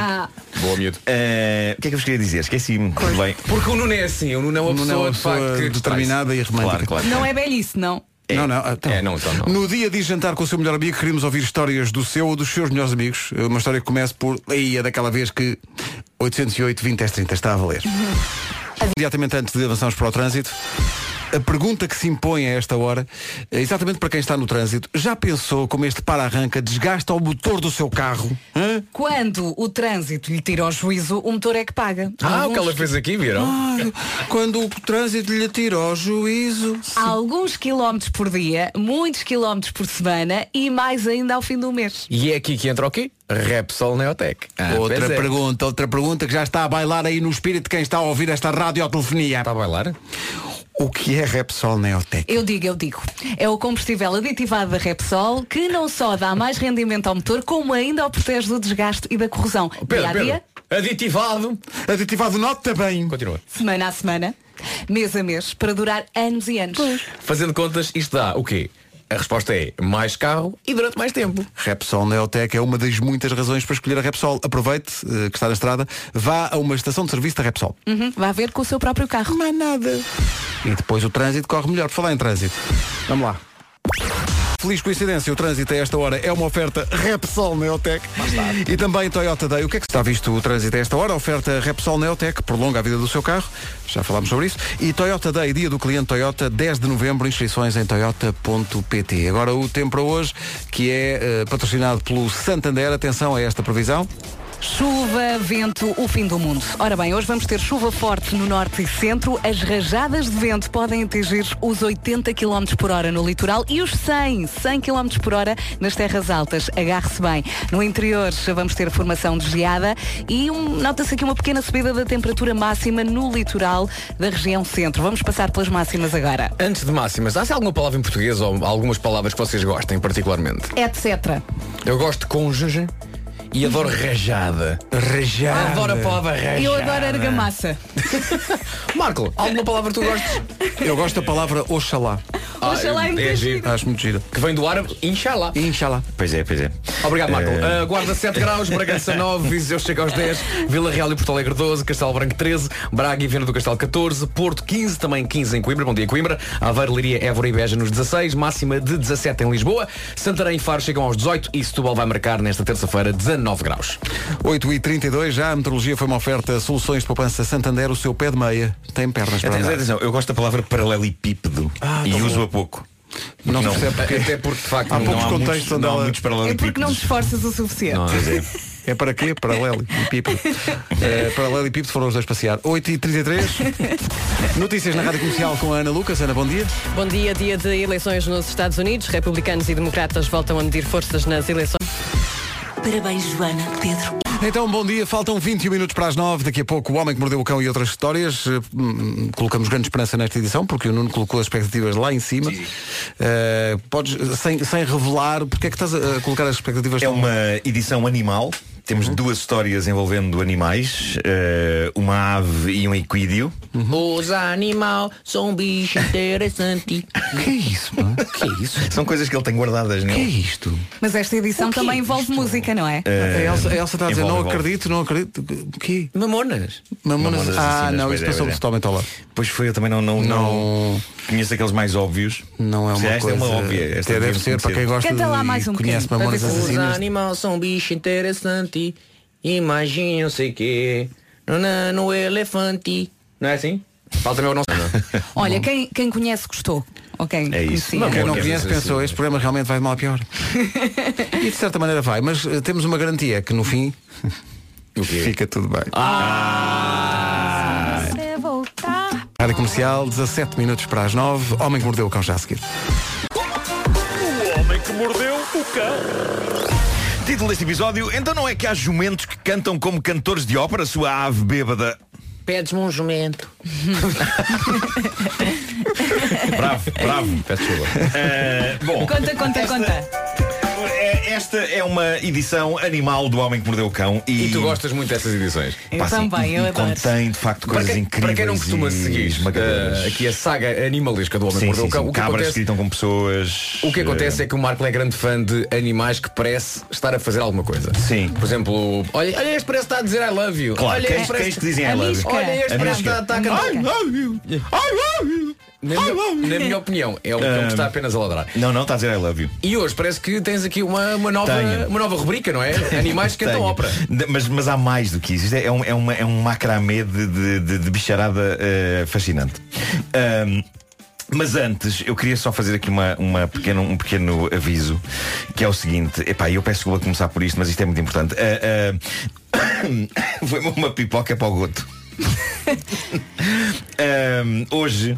S2: Ah,
S8: Boa, miúdo.
S9: Eh, o que é que eu vos queria dizer? Esqueci-me. Tudo bem.
S8: Porque o Nuno é assim, o Nuno é uma
S1: Não é
S8: pessoa,
S1: uma
S8: de
S1: pessoa
S8: facto que
S1: determinada e romântica.
S9: Claro, claro.
S2: Não é belíssimo, não.
S1: Não, não, ah, então.
S8: É, não, então não.
S1: No dia de jantar com o seu melhor amigo, queríamos ouvir histórias do seu ou dos seus melhores amigos. Uma história que começa por aí, é daquela vez que 808 20 10 30 está a valer. Imediatamente antes de avançarmos para o trânsito, a pergunta que se impõe a esta hora, é exatamente para quem está no trânsito, já pensou como este para-arranca desgasta o motor do seu carro? Hã?
S2: Quando o trânsito lhe tira ao juízo, o motor é que paga.
S8: Ah, o
S2: Alguns-
S8: que ela fez aqui, viram?
S1: Ai, quando o trânsito lhe atira ao juízo.
S2: Alguns quilómetros por dia, muitos quilómetros por semana e mais ainda ao fim do mês.
S8: E é aqui que entra o quê? Repsol Neotec. Ah,
S1: outra
S8: pois é.
S1: pergunta, outra pergunta que já está a bailar aí no espírito de quem está a ouvir esta radiotelefonia.
S8: Está a bailar?
S1: O que é Repsol Neotec?
S2: Eu digo, eu digo. É o combustível aditivado da Repsol que não só dá mais rendimento ao motor, como ainda o protege do desgaste e da corrosão. dia a
S8: Oh, Pedro,
S2: dia,
S8: Pedro. Aditivado.
S1: Aditivado nota bem.
S8: Continua.
S2: semana a semana, mês a mês, para durar anos e anos.
S8: Fazendo contas, isto dá o quê? A resposta é mais carro e durante mais tempo.
S1: Repsol Neotec é uma das muitas razões para escolher a Repsol. Aproveite eh, que está na estrada, vá a uma estação de serviço da Repsol.
S2: Uhum, Vá ver com o seu próprio carro.
S1: Mais nada. E depois o trânsito corre melhor. Por falar em trânsito. Vamos lá. Feliz coincidência, o trânsito a esta hora é uma oferta Repsol Neotec e também Toyota Day. O que é que está visto o trânsito a esta hora? Oferta Repsol Neotec, prolonga a vida do seu carro, já falámos sobre isso. E Toyota Day, dia do cliente Toyota, 10 de novembro, inscrições em toyota.pt. Agora o tempo para hoje, que é eh, patrocinado pelo Santander, atenção a esta previsão.
S2: Chuva, vento, o fim do mundo. Ora bem, hoje vamos ter chuva forte no norte e centro. As rajadas de vento podem atingir os 80 km por hora no litoral e os 100, 100 km por hora nas terras altas. Agarre-se bem. No interior já vamos ter formação de geada e um- nota-se aqui uma pequena subida da temperatura máxima no litoral da região centro. Vamos passar pelas máximas agora.
S8: Antes de máximas, há-se alguma palavra em português ou algumas palavras que vocês gostem particularmente?
S2: Etc.
S8: Eu gosto de cônjuge e adoro rajada. Ah,
S1: Rajada.
S8: Adoro a palavra rajada.
S2: Eu adoro argamassa.
S8: Marco, alguma palavra que tu gostes?
S1: Eu gosto da palavra Oxalá,
S2: Oxalá é muito
S8: é
S2: giro.
S8: giro.
S1: acho muito gira.
S8: Que vem do árabe, inshallah.
S1: Inxalá.
S9: Pois é, pois é.
S8: Obrigado, Marco.
S9: Eh,
S8: Ah, guarda 7 graus, Bragança 9, Viseu chega aos 10, Vila Real e Porto Alegre 12, Castelo Branco 13, Braga e Viana do Castelo 14, Porto 15, também 15 em Coimbra, bom dia Coimbra, Aveiro, Leiria, Évora e Beja nos 16, máxima de 17 em Lisboa, Santarém e Faro chegam aos 18 e Setúbal vai marcar nesta terça-feira 19 graus.
S1: 8 e 32 já a meteorologia foi uma oferta Soluções de Poupança Santander, o seu pé de meia tem pernas para
S9: Atenção,
S1: andar.
S9: atenção, eu gosto da palavra paralelepípedo e uso-a pouco.
S1: Não se
S9: Não.
S1: percebe porque
S8: Até porque de facto
S1: Há
S8: não
S1: poucos
S8: há-
S1: contextos
S9: muitos,
S1: onde
S9: não há
S1: ela-
S9: muitos
S2: É porque não te
S9: paralelepípedos.
S2: esforças o suficiente.
S9: Pois é.
S1: é para quê? Paralelo e pipo. É, paralelo e pipo foram os dois passear. 8 e 33 Notícias na Rádio Comercial com a Ana Lucas. Ana, bom dia.
S4: Bom dia, dia de eleições nos Estados Unidos. Republicanos e democratas voltam a medir forças nas eleições.
S3: Parabéns, Joana, Pedro.
S1: Então, bom dia. Faltam 21 minutos para as 9. Daqui a pouco, O Homem que Mordeu o Cão e outras histórias. Eh, hum, Colocamos grande esperança nesta edição, porque o Nuno colocou as expectativas lá em cima. Eh, podes, sem, sem revelar, porque é que estás a a colocar as expectativas
S9: É
S1: tão-
S9: uma edição animal Temos duas histórias envolvendo animais, eh, uma ave e um equídeo.
S11: Os animal são um bicho interessante.
S9: Que é isso, Que é isso? São coisas que ele tem guardadas nele. Que é isto?
S2: Mas esta edição também envolve música, não é?
S1: A Elsa, a Elsa está a dizer,
S9: Envolve,
S1: não
S9: envolve.
S1: acredito, não acredito. O quê?
S11: Mamonas.
S1: Mamonas.
S9: Mamonas
S1: ah,
S9: assassinas,
S1: não,
S9: pois
S1: isso
S9: é,
S1: passou-me
S9: pois é.
S1: totalmente ao lado.
S9: Pois foi, eu também não, não, não... conheço aqueles mais óbvios.
S1: Não é uma
S9: esta é
S1: coisa-
S9: uma óbvia. Esta
S1: até deve
S9: devíamos
S1: ser para
S9: conhecer.
S1: quem gosta
S11: Canta lá
S1: mais um conhece Mamonas
S11: Os
S1: Assassinas.
S11: animal são um bicho interessante. Imagina não sei quê. No, na- no elefante. Não é assim?
S8: Falta-me o nosso.
S2: Olha, quem, quem conhece gostou. Ou quem
S1: É
S2: conhecia.
S1: Quem não conhece pensou, este programa realmente vai de mal a pior. e de certa maneira vai, mas eh, temos uma garantia que no fim fica tudo bem.
S9: Ah!
S3: Você voltar.
S1: Rádio Comercial, 17 minutos para as 9, Homem que Mordeu o Cão já a seguir.
S10: O homem que mordeu o cão.
S9: Título deste episódio, então não é que há jumentos que cantam como cantores de ópera, sua ave bêbada.
S11: Pedes-me um jumento.
S9: Bravo, bravo. Peço desculpa. Eh, bom,
S2: Conta, conta, conta.
S9: é- esta é uma edição animal do Homem que Mordeu o Cão. E, assim,
S8: E tu gostas muito dessas edições.
S2: Eu também, eu
S9: e
S2: adoro.
S9: Contém, de facto,
S8: Para
S9: coisas
S8: quem,
S9: incríveis.
S8: para quem não costuma
S9: e
S8: seguir
S9: esmagadoras.
S8: eh, aqui a saga animalesca do Homem que
S9: Sim,
S8: Mordeu
S9: sim,
S8: o Cão,
S9: sim.
S8: o que
S9: Cabras que
S8: acontece,
S9: gritam com pessoas.
S8: o que acontece
S9: eh,
S8: é que o Marco é grande fã de animais que parece estar a fazer alguma coisa.
S9: eh, Sim.
S8: Por exemplo, olha, olha este parece estar a dizer I love you.
S9: Claro,
S8: olha,
S9: quem-
S8: este parece-
S9: quem é que dizem I love you?
S8: Olha, este
S9: A
S8: parece
S9: música.
S8: estar estar a cantar.
S9: I love you. I love you.
S8: Na minha, na minha opinião, é o cão que está apenas a ladrar.
S9: Não, não, está a dizer I love you.
S8: E hoje parece que tens aqui uma, uma, nova,
S9: Tenho.
S8: uma nova rubrica, não é? Animais que cantam
S9: Tenho.
S8: ópera.
S9: De- Mas, mas há mais do que isso. Isto é, um, é, uma, é um macramê de, de, de- de bicharada eh, fascinante. Ahm, mas antes, eu queria só fazer aqui uma, uma pequeno, um pequeno aviso, que é o seguinte, epá, eu peço desculpa começar por isto, mas isto é muito importante. Ah, ah, Foi uma pipoca para o goto. Ahm, hoje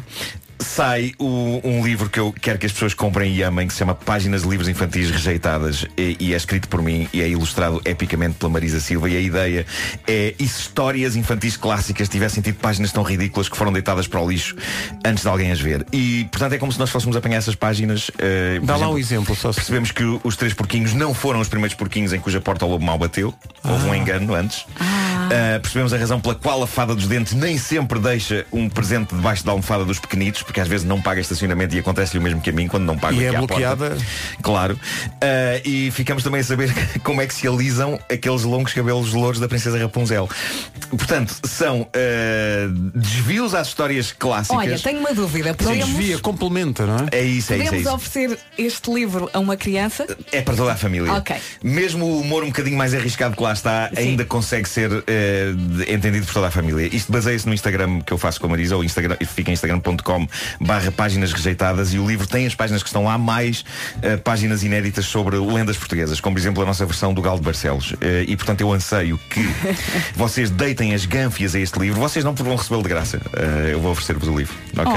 S9: sai o- um livro que eu quero que as pessoas comprem e amem, que se chama Páginas de Livros Infantis Rejeitadas e, e é escrito por mim e é ilustrado epicamente pela Marisa Silva e a ideia é e se histórias infantis clássicas tivessem tido páginas tão ridículas que foram deitadas para o lixo antes de alguém as ver. E portanto é como se nós fôssemos apanhar essas páginas. eh, por
S1: Dá lá um exemplo só se-
S9: Percebemos que o- os três porquinhos não foram os primeiros porquinhos em cuja porta o lobo mau bateu. Houve um engano antes. Ah, percebemos a razão pela qual a fada dos dentes nem sempre deixa um presente debaixo da almofada dos pequenitos, porque às vezes não paga estacionamento e acontece-lhe o mesmo que a mim quando não pago
S1: E
S9: aqui
S1: é
S9: à
S1: bloqueada.
S9: porta. Claro. Ah, e ficamos também a saber como é que se alisam aqueles longos cabelos louros da princesa Rapunzel. Portanto, são ah, desvios às histórias clássicas.
S2: Olha, tenho uma dúvida.
S1: Não
S2: Podemos,
S1: desvia, complementa, não é?
S9: É isso, é isso, é
S2: podemos
S9: isso.
S2: oferecer este livro a uma criança?
S9: É para toda a família.
S2: Ok.
S9: Mesmo o humor um bocadinho mais arriscado que lá está, ainda consegue ser eh, de- entendido por toda a família. Isto baseia-se no Instagram que eu faço com a Marisa, ou Instagram, fica em instagram.com barra páginas rejeitadas e o livro tem as páginas que estão lá, mais eh, páginas inéditas sobre lendas portuguesas, como por exemplo a nossa versão do Galo de Barcelos. Eh, e portanto eu anseio que vocês deitem as gânfias a este livro. Vocês não vão recebê-lo de graça. Eh, eu vou oferecer-vos o livro. Ok?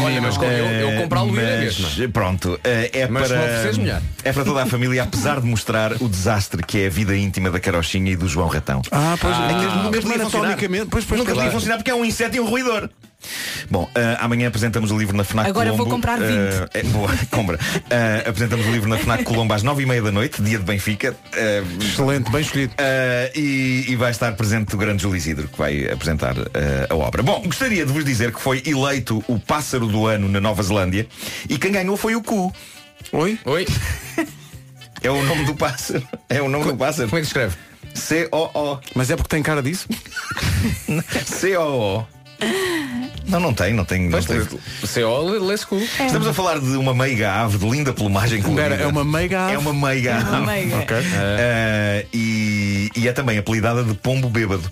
S8: Olha, mas eu, eu comprá-lo ia
S9: Mas,
S8: mesmo.
S9: Pronto, eh, é
S8: Mas se não
S9: para.
S8: ofereceres, melhor.
S9: É para toda a família, apesar de mostrar o desastre que é a vida íntima da Carochinha e do João Ratão.
S1: Ah, pois,
S9: É
S1: ah,
S9: que nunca
S1: mas
S9: podia funcionar.
S1: anatomicamente, pois, pois, pois,
S9: Nunca podia
S1: claro.
S9: funcionar porque é um inseto e um ruidor. Bom, eh, amanhã apresentamos o livro na FNAC
S2: Agora vou
S9: Colombo.
S2: comprar 20.
S9: Eh, é, boa, compra. Eh, apresentamos o livro na FNAC Colombo às 9h30 da noite, dia de Benfica. Eh,
S1: Excelente, bem escolhido.
S9: Uh, e, e vai estar presente o grande Júlio Isidro que vai apresentar uh, a obra. Bom, gostaria de vos dizer que foi eleito o pássaro do ano na Nova Zelândia e quem ganhou foi o cu.
S1: Oi?
S8: Oi,
S9: É o nome do pássaro. É o nome do pássaro.
S8: como é que se escreve?
S9: C-O-O.
S1: Mas é porque tem cara disso?
S9: C-O-O. Não, não tem, não tem. Não tem.
S8: CO lê-se cu.
S9: Estamos a falar de uma meiga ave de linda plumagem colorida.
S1: Espera, é uma meiga ave?
S9: É uma meiga ave.
S2: meiga.
S9: ok?
S8: É.
S9: Eh, e, e é também apelidada de pombo bêbado.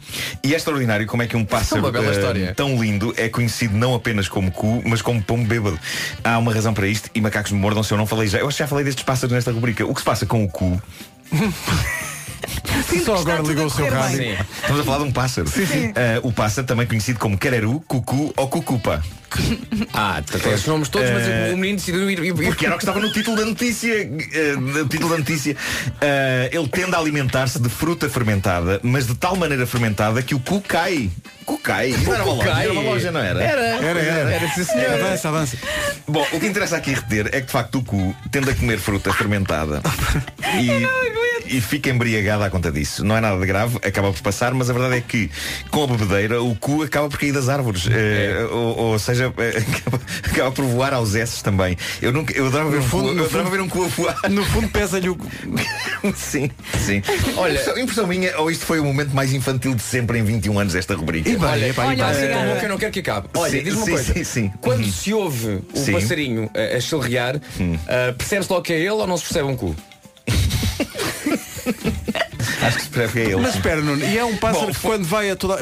S9: E é extraordinário como é que um pássaro
S8: uma bela
S9: eh,
S8: história.
S9: tão lindo é conhecido não apenas como cu, mas como pombo bêbado. Há uma razão para isto e macacos me mordam se eu não falei já. Eu acho que já falei destes pássaros nesta rubrica. O que se passa com o cu?
S1: Só agora
S2: tudo
S1: ligou o
S2: a
S1: seu
S2: correr
S1: rádio.
S8: Sim.
S9: Estamos a falar de um pássaro. Eh, o pássaro, também conhecido como cararu, cucu ou cucupa. Eh,
S8: Ah, tem esses nomes todos, mas o menino decidiu ir. ir- ir-
S9: Porque era o que estava no título da notícia. eh, no título da notícia. Eh, ele tende a alimentar-se de fruta fermentada, mas de tal maneira fermentada que o cu cai. Cu cai. Isso não era uma loja,
S8: cai.
S9: era uma loja, não era?
S1: Era, era.
S8: Era, sim, senhor.
S1: Avança, avança.
S9: Bom, o que interessa aqui reter é que de facto o cu tende a comer fruta fermentada. e e fica embriagada à conta disso. Não é nada de grave, acaba por passar, mas a verdade é que com a bebedeira o cu acaba por cair das árvores. Eh, ou, ou seja, eh, acaba, acaba por voar aos S também. Eu, nunca, eu adorava ver um
S1: fundo-
S9: cu,
S1: no
S9: eu adorava
S1: fundo-
S9: ver um cu a voar.
S1: No fundo pesa-lhe o
S9: Sim, sim. Olha, impressão, impressão minha, ou isto foi o momento mais infantil de sempre em 21 anos desta rubrica.
S8: Olha, olha,
S9: Eh,
S8: eu não quero é que acabe. Olha,
S9: Sim,
S8: diz uma
S9: sim,
S8: coisa.
S9: sim, sim.
S8: Quando se ouve o
S9: Sim. Hum.
S8: passarinho eh, a, a chilrear, ah, percebe-se logo que é ele ou não se percebe um cu?
S9: Acho que se percebe que é ele.
S1: Mas
S9: sim.
S1: espera, Nuno, e é um pássaro
S9: Bom,
S1: que quando vai a, toda,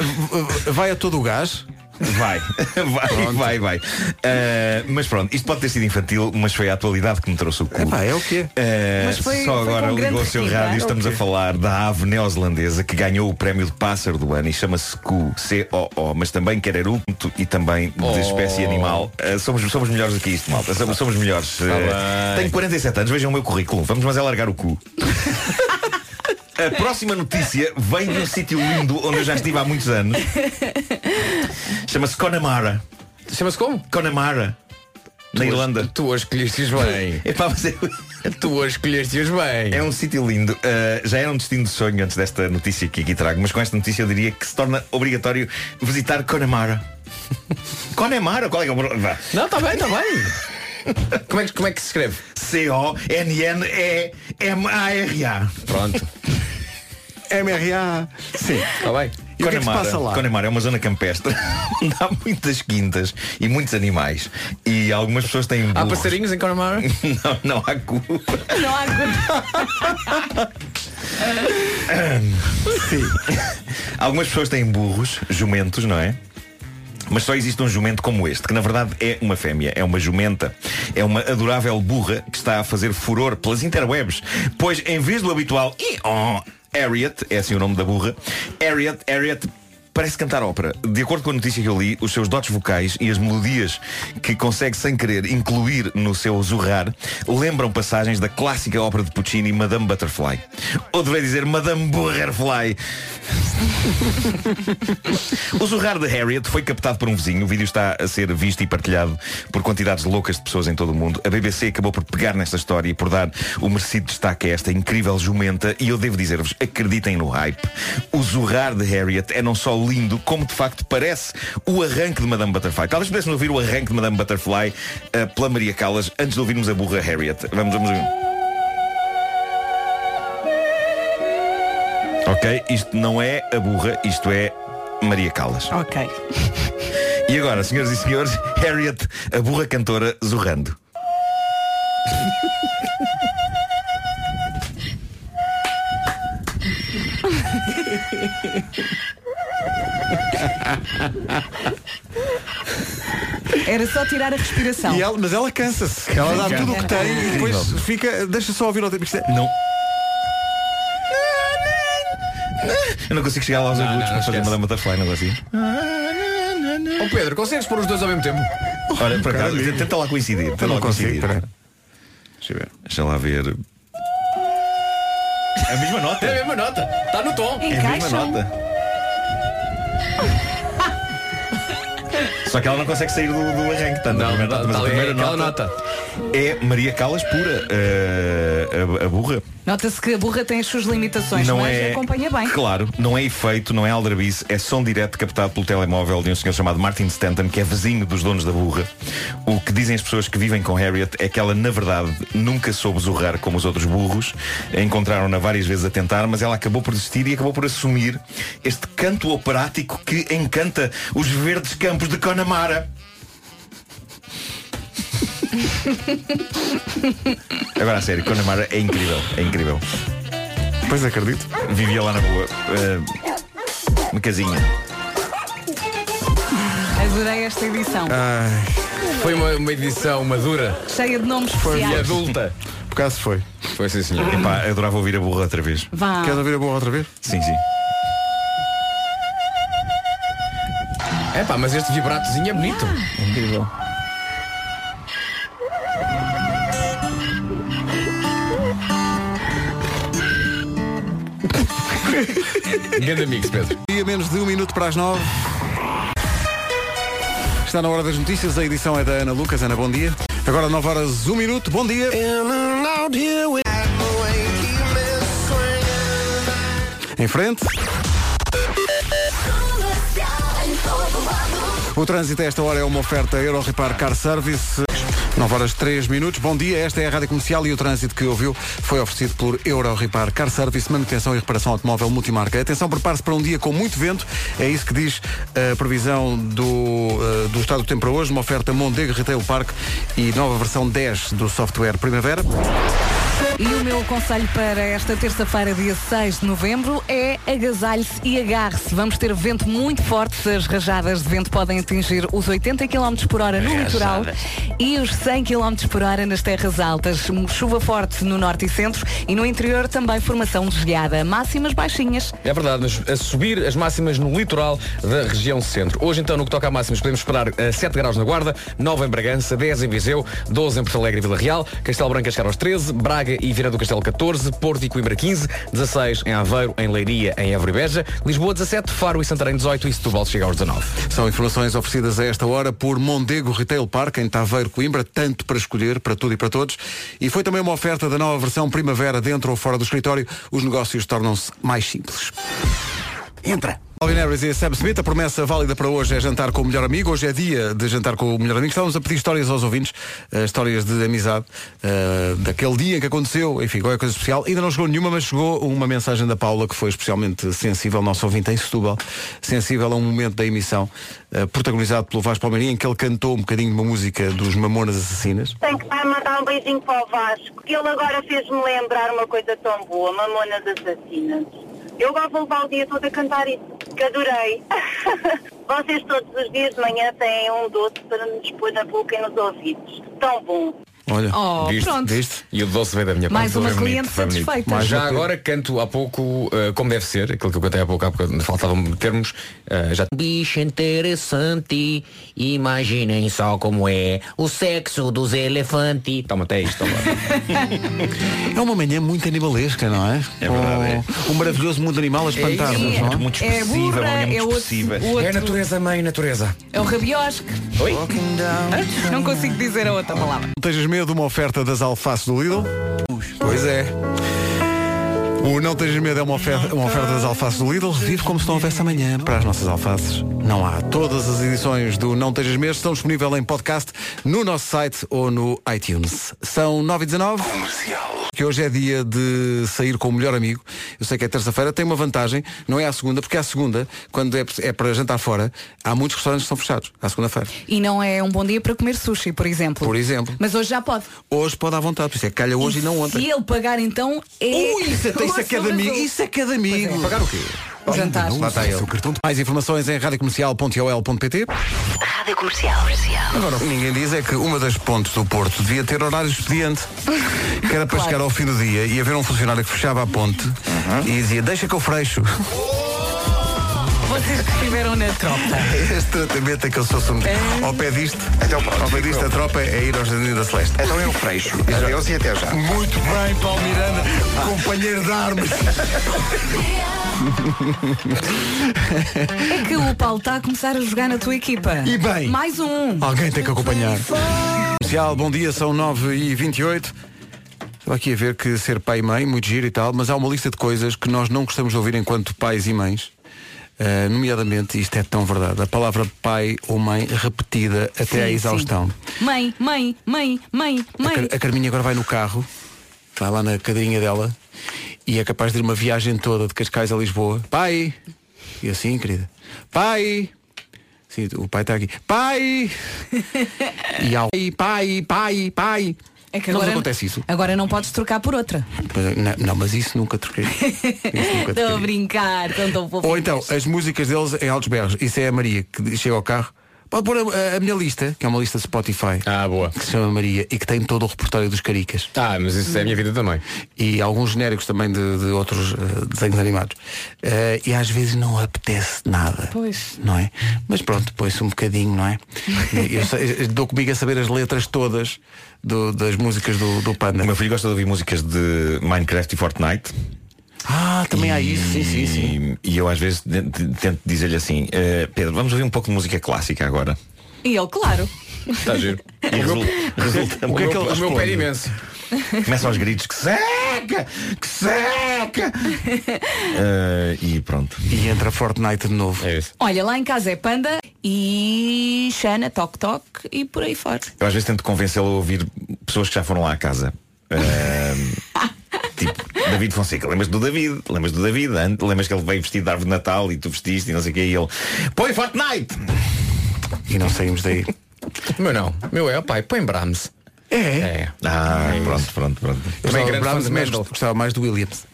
S1: vai a todo o gás?
S9: Vai, vai, vai, vai. Ah, mas pronto, isto pode ter sido infantil, mas foi a atualidade que me trouxe o cu.
S1: Epá, é o quê?
S9: Ah,
S1: Mas foi-
S9: só
S1: foi
S9: agora
S1: com grande
S9: ligou o seu
S1: retiro, não é?
S9: rádio, estamos
S1: É o
S9: a
S1: quê?
S9: falar da ave neozelandesa que ganhou o prémio de pássaro do ano e chama-se cu, C-O-O, mas também quererunto e também
S8: Oh.
S9: de espécie animal. Ah, somos, somos melhores do que isto, malta. Somos, somos melhores. Ah,
S8: Tá bem.
S9: tenho 47 anos, vejam o meu currículo. Vamos mas é largar o cu. A próxima notícia vem de um sítio lindo onde eu já estive há muitos anos. Chama-se Connemara.
S8: Chama-se como?
S9: Connemara. Na Irlanda.
S8: Tu hoje escolheste bem.
S9: Epá, mas é- eu-
S8: tu hoje escolheste bem.
S9: É um sítio lindo. Uh, já era um destino de sonho antes desta notícia que aqui trago, mas com esta notícia eu diria que se torna obrigatório visitar Connemara. Connemara? Qual é que é o pro- Vá.
S8: Não, está bem, está bem. como, é que, como é que se escreve?
S9: C-O-N-N-E-M-A-R-A.
S8: Pronto,
S1: MRA. Sim.
S8: está bem.
S1: E o que é que se passa lá?
S9: Connemara é uma zona campestre onde há muitas quintas e muitos animais. E algumas pessoas têm burros.
S8: Há passarinhos em Connemara?
S9: Não, não há cu.
S2: Não há
S9: Sim. Algumas pessoas têm burros, jumentos, não é? Mas só existe um jumento como este, que na verdade é uma fêmea, é uma jumenta, é uma adorável burra que está a fazer furor pelas interwebs, pois em vez do habitual "Ih, oh, Harriet, é assim o nome da burra, Harriet, Harriet parece cantar ópera. De acordo com a notícia que eu li, os seus dotes vocais e as melodias que consegue sem querer incluir no seu zurrar lembram passagens da clássica ópera de Puccini, Madame Butterfly. Ou deveria dizer Madame Burgerfly, o zurrar de Harriet foi captado por um vizinho. O vídeo está a ser visto e partilhado por quantidades loucas de pessoas em todo o mundo. A BBC acabou por pegar nesta história e por dar o merecido destaque a esta incrível jumenta. E eu devo dizer-vos, acreditem no hype. O zurrar de Harriet é não só lindo, como de facto parece o arranque de Madame Butterfly. Talvez pudéssemos ouvir o arranque de Madame Butterfly eh, pela Maria Callas antes de ouvirmos a burra Harriet. Vamos, vamos ouvir. Ok, isto não é a burra, isto é Maria Callas.
S2: Ok.
S9: E agora, senhoras e senhores, Harriet, a burra cantora, zurrando.
S2: Era só tirar a respiração.
S1: E ela- mas ela cansa-se. Ela dá
S9: Fica.
S1: tudo o que tem e depois fica. Deixa só ouvir outra. porque isto é-
S9: Não. Eu não consigo chegar lá aos agudos
S8: não,
S9: para fazer
S8: esquece.
S9: Madame Butterfly, não consigo.
S8: Ó Pedro, consegues pôr os dois ao mesmo tempo?
S9: Olha, para cá, tenta lá coincidir. Tenta
S1: não
S9: lá
S1: consigo,
S9: coincidir.
S1: peraí.
S9: Deixa eu ver. Deixa lá ver. É a mesma nota.
S8: É a mesma nota, está no tom.
S9: É a mesma
S2: Encaixam.
S9: nota. Só que ela não consegue sair do, do arranque, tá? na
S8: Não,
S9: primeira
S8: tá-
S9: nota, mas
S8: tá
S9: a
S8: ali,
S9: primeira
S8: aquela
S9: nota, é Maria Callas pura, eh, a- a burra.
S2: Nota-se que a burra tem as suas limitações, mas acompanha bem.
S9: Claro, é não é efeito, não é aldrabice, é som direto captado pelo telemóvel de um senhor chamado Martin Stanton, que é vizinho dos donos da burra. O que dizem as pessoas que vivem com Harriet é que ela, na verdade, nunca soube zurrar como os outros burros. Encontraram-na várias vezes a tentar, mas ela acabou por desistir e acabou por assumir este canto operático que encanta os verdes campos de Connemara. Agora a sério, Connemara é incrível, é incrível.
S1: Pois acredito.
S9: Vivia lá na rua. eh, uma casinha.
S2: Adorei esta edição.
S9: Ah.
S8: Foi uma, uma edição madura
S2: Cheia de nomes
S8: e
S2: especiais.
S8: adulta.
S1: Por acaso foi.
S8: Foi sim, senhor.
S9: Epá, eu adorava ouvir a burra outra vez.
S2: Vá.
S1: Queres ouvir a boa outra vez?
S9: Sim, sim.
S8: É pá, mas este vibratozinho é bonito. Incrível. Grande amigos, Pedro.
S1: E a menos de um minuto para as nove. Está na hora das notícias, a edição é da Ana Lucas. Ana, bom dia. Agora nove horas, um minuto, bom dia.
S10: In and out here we-
S1: Em frente. O trânsito a esta hora é uma oferta Euro Repar Car Service. 9 horas 3 minutos. Bom dia, esta é a Rádio Comercial e o trânsito que ouviu foi oferecido por Euro Repar Car Service, manutenção e reparação automóvel multimarca. Atenção, prepare-se para um dia com muito vento. É isso que diz a previsão do, eh, do estado do tempo para hoje, uma oferta Mondego Retail Park e nova versão 10 do software Primavera.
S2: E o meu conselho para esta terça-feira, dia 6 de novembro, é agasalhe-se e agarre-se. Vamos ter vento muito forte, as rajadas de vento podem atingir os 80 km por hora no
S3: Rajadas.
S2: litoral e os 100 km por hora nas terras altas. Um Chuva forte no norte e centro e no interior também formação de geada. Máximas baixinhas.
S8: É verdade, mas a subir as máximas no litoral da região centro. Hoje então, no que toca a máximas, podemos esperar eh, 7 graus na Guarda, 9 em Bragança, 10 em Viseu, 12 em Porto Alegre e Vila Real, Castelo Branco a chegar aos 13, Braga e Vieira do Castelo 14, Porto e Coimbra 15, 16 em Aveiro, em Leiria, em Évora e Beja, Lisboa 17, Faro e Santarém 18 e Setúbal chega aos 19.
S1: São informações oferecidas a esta hora por Mondego Retail Park, em Taveiro, Coimbra, tanto para escolher, para tudo e para todos. E foi também uma oferta da nova versão Primavera, dentro ou fora do escritório. Os negócios tornam-se mais simples. Entra! Calvin Harris e Sam Smith, a promessa válida para hoje é jantar com o melhor amigo. Hoje é dia de jantar com o melhor amigo. Estávamos a pedir histórias aos ouvintes, eh, histórias de amizade, eh, daquele dia em que aconteceu, enfim, qualquer coisa especial. Ainda não chegou nenhuma, mas chegou uma mensagem da Paula que foi especialmente sensível, nosso ouvinte em Setúbal, sensível a um momento da emissão eh, protagonizado pelo Vasco Palmeirinho, em que ele cantou um bocadinho de uma música dos Mamonas Assassinas.
S12: Tenho que vai mandar um beijinho para o Vasco, que ele agora fez-me lembrar uma coisa tão boa, Mamonas Assassinas. Eu agora vou levar o dia todo a cantar isso, que adorei. Vocês todos os dias de manhã têm um doce para nos pôr na boca e nos ouvidos. Tão bom.
S1: Olha,
S2: Oh,
S8: viste,
S2: pronto.
S8: viste? E o doce veio da minha
S2: Mais
S8: parte.
S2: uma
S8: Foi bonito,
S2: cliente
S8: foi bonito.
S2: satisfeita.
S8: Mas já
S2: Mais uma
S8: agora canto há pouco, eh, como deve ser, aquilo que eu cantei há pouco, há pouco faltavam termos, eh, já
S11: Bicho interessante, imaginem só como é o sexo dos elefantes.
S8: Toma, até isto.
S1: É uma manhã muito animalesca, não é? É verdade. Um maravilhoso mundo animal a espantar-nos, não é?
S2: É burra, é outro- outro-
S8: É natureza, mãe, natureza.
S2: É o rabiosque.
S8: Oi?
S2: Não consigo dizer a outra palavra.
S1: Não Tejas medo, uma oferta das alfaces do Lidl. Pois é. O Não Tejas Medo é uma oferta, uma oferta das alfaces do Lidl. Vive como se não houvesse amanhã para as nossas alfaces. Não há. Todas as edições do Não Tejas Medo estão disponíveis em podcast no nosso site ou no iTunes. São 9 e 19 Que hoje é dia de sair com o melhor amigo. Eu sei que é terça-feira, tem uma vantagem, não é à segunda, porque à segunda, quando é, é para jantar fora, há muitos restaurantes que estão fechados, à segunda-feira.
S2: E não é um bom dia para comer sushi, por exemplo.
S1: Por exemplo.
S2: Mas hoje já pode.
S1: Hoje pode à vontade, por isso é que calha hoje e, não ontem.
S2: Se ele pagar então é.
S1: Ui, isso, é- isso é cada amigo. Isso é cada amigo. Pagar o quê?
S2: Jantar.
S1: Lá está ele. Mais informações em radiocomercial.ol.pt
S3: Rádio Comercial.
S1: Agora, o que ninguém diz é que uma das pontes do Porto devia ter horário expediente, que era para chegar ao fim do dia e haver um funcionário que fechava a ponte e dizia, deixa que eu freixo.
S2: Vocês que estiveram na tropa.
S1: Este tratamento é que eu sou submetido. Ao pé disto, ao pé disto a tropa é ir ao Jardim da Celeste. Então eu freixo. Adeus e até já. Muito bem, Paulo Miranda, companheiro de armas.
S2: É que o Paulo está a começar a jogar na tua equipa. E
S1: bem.
S2: Mais um.
S1: Alguém tem que acompanhar. Comercial, bom dia, são 9 e 28 Estava aqui a ver que ser pai e mãe, muito giro e tal, mas há uma lista de coisas que nós não gostamos de ouvir enquanto pais e mães. Uh, nomeadamente, isto é tão verdade, a palavra pai ou mãe repetida até
S2: Sim,
S1: à é exaustão. É
S2: Mãe, mãe, mãe, mãe,
S1: A, Car-
S2: mãe.
S1: a Carminha agora vai no carro, vai lá na cadeirinha dela e é capaz de ir uma viagem toda de Cascais a Lisboa. Pai! E eu, assim, querida. Pai! Sim, o pai está aqui. Pai! e há o pai, pai, pai, pai.
S2: É que
S1: Não
S2: agora,
S1: acontece isso.
S2: agora não podes trocar por outra.
S1: Pois é, Não, não, mas isso nunca troquei.
S2: Estou a brincar, tão tão fofinho.
S1: Ou então, as músicas deles em altos berros. Isso é a Maria que chega ao carro. Pode pôr a, a- a minha lista, que é uma lista de Spotify.
S8: Ah, boa.
S1: Que se chama Maria e que tem todo o repertório dos caricas.
S8: Ah, mas isso é a minha vida também.
S1: E alguns genéricos também de, de outros eh, desenhos animados. Eh, e às vezes não apetece nada.
S2: Pois.
S1: Não é? Mas pronto, põe-se um bocadinho, não é? eu, sei- eu dou comigo a saber as letras todas do- das músicas do, do Panda.
S9: O meu filho gosta de ouvir músicas de Minecraft e Fortnite.
S1: Ah, também há isso, sim, sim, sim.
S9: E eu às vezes de- de- tento dizer-lhe assim, "Eh, Pedro, vamos ouvir um pouco de música clássica agora.
S2: E ele, claro.
S8: Tá
S9: Está giro. E resul- resulta
S8: O que é que ele
S9: O meu
S8: responde?
S9: pé era imenso. Começam aos gritos que se... seca! Que seca! Eh, e pronto.
S1: E entra Fortnite de novo.
S9: É isso.
S2: Olha, lá em casa é Panda e Xana, Toc Toc e por aí fora.
S9: Eu às vezes tento convencê-lo a ouvir pessoas que já foram lá à casa. Ahm, tipo, David Fonseca, lembras do David? Lembras do David? Ant- Lembras que ele veio vestido de árvore de Natal e tu vestiste e não sei o que e ele. Põe Fortnite!
S1: E não saímos daí.
S8: Meu não. Meu é, pai, põe Brahms.
S1: É.
S8: É.
S9: Ah, pronto, pronto, pronto.
S1: Eu gostava,
S8: Também grande fã
S1: Brahms,
S8: de
S1: mas
S8: Mendel.
S1: gostava mais do Williams.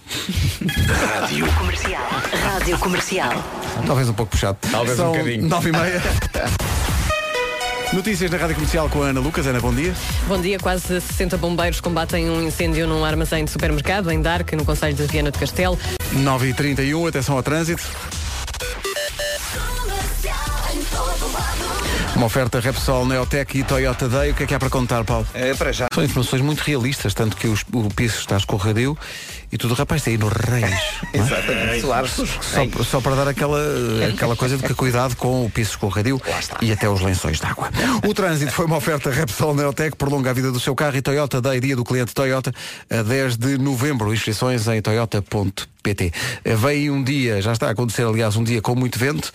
S13: Rádio comercial. Rádio comercial.
S1: Talvez um pouco puxado.
S13: Talvez
S1: São
S13: um bocadinho.
S1: Nove e meia. Notícias na Rádio Comercial com a Ana Lucas. Ana, bom dia.
S4: Bom dia, quase 60 bombeiros combatem um incêndio num armazém de supermercado em Dark, no Conselho de Viana de Castelo.
S1: 9 e 31 atenção ao trânsito. Uma oferta Repsol, Neotec e Toyota Day. O que é que há para contar, Paulo?
S5: É, para já.
S1: São informações muito realistas, tanto que os- o piso está escorregadio e tudo. Rapaz, está aí no Reis. não é?
S5: Exatamente.
S1: Só, só para dar aquela, aquela coisa de que cuidado com o piso escorregadio e até os lençóis de água. O trânsito foi uma oferta Repsol Neotec, prolonga a vida do seu carro e Toyota Day, dia do cliente Toyota, a 10 de novembro. Inscrições em toyota.pt. Veio um dia, já está a acontecer, aliás, um dia com muito vento.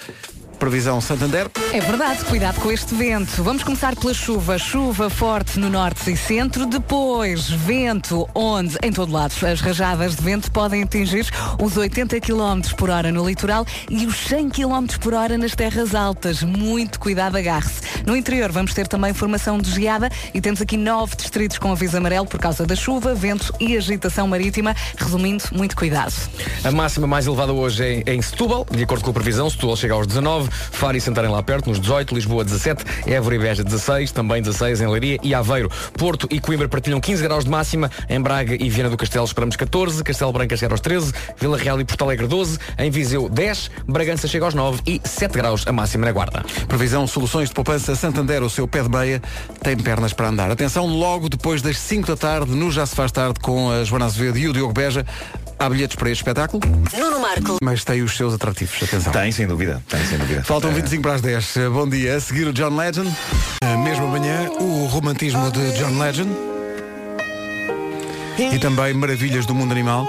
S1: Previsão Santander.
S2: É verdade, cuidado com este vento. Vamos começar pela chuva. Chuva forte no norte e centro, depois vento onde, em todo lado, as rajadas de vento podem atingir os 80 km por hora no litoral e os 100 km por hora nas terras altas. Muito cuidado, agarre-se. No interior vamos ter também formação de geada e temos aqui nove distritos com aviso amarelo por causa da chuva, vento e agitação marítima. Resumindo, muito cuidado.
S8: A máxima mais elevada hoje é em- é em Setúbal, de acordo com a previsão, Setúbal chega aos 19, Faro e Santarém lá perto, nos 18, Lisboa 17, Évora e Beja 16, também 16 em Leiria e Aveiro. Porto e Coimbra partilham 15 graus de máxima, em Braga e Viana do Castelo esperamos 14, Castelo Branco chega aos 13, Vila Real e Porto Alegre 12, em Viseu 10, Bragança chega aos 9 e 7 graus a máxima na Guarda.
S1: Previsão Soluções de Poupança Santander, o seu pé de meia, tem pernas para andar. Atenção, logo depois das 5 da tarde, no Já Se Faz Tarde, com a Joana Azevedo e o Diogo Beja, há bilhetes para este espetáculo.
S13: Nuno Marco.
S1: Mas tem os seus atrativos, atenção.
S9: Tem, sem dúvida. Tem, sem dúvida. É.
S1: Faltam 25 para as 10. Bom dia. A seguir o John Legend. Na mesma manhã, o romantismo de John Legend. E também Maravilhas do Mundo Animal.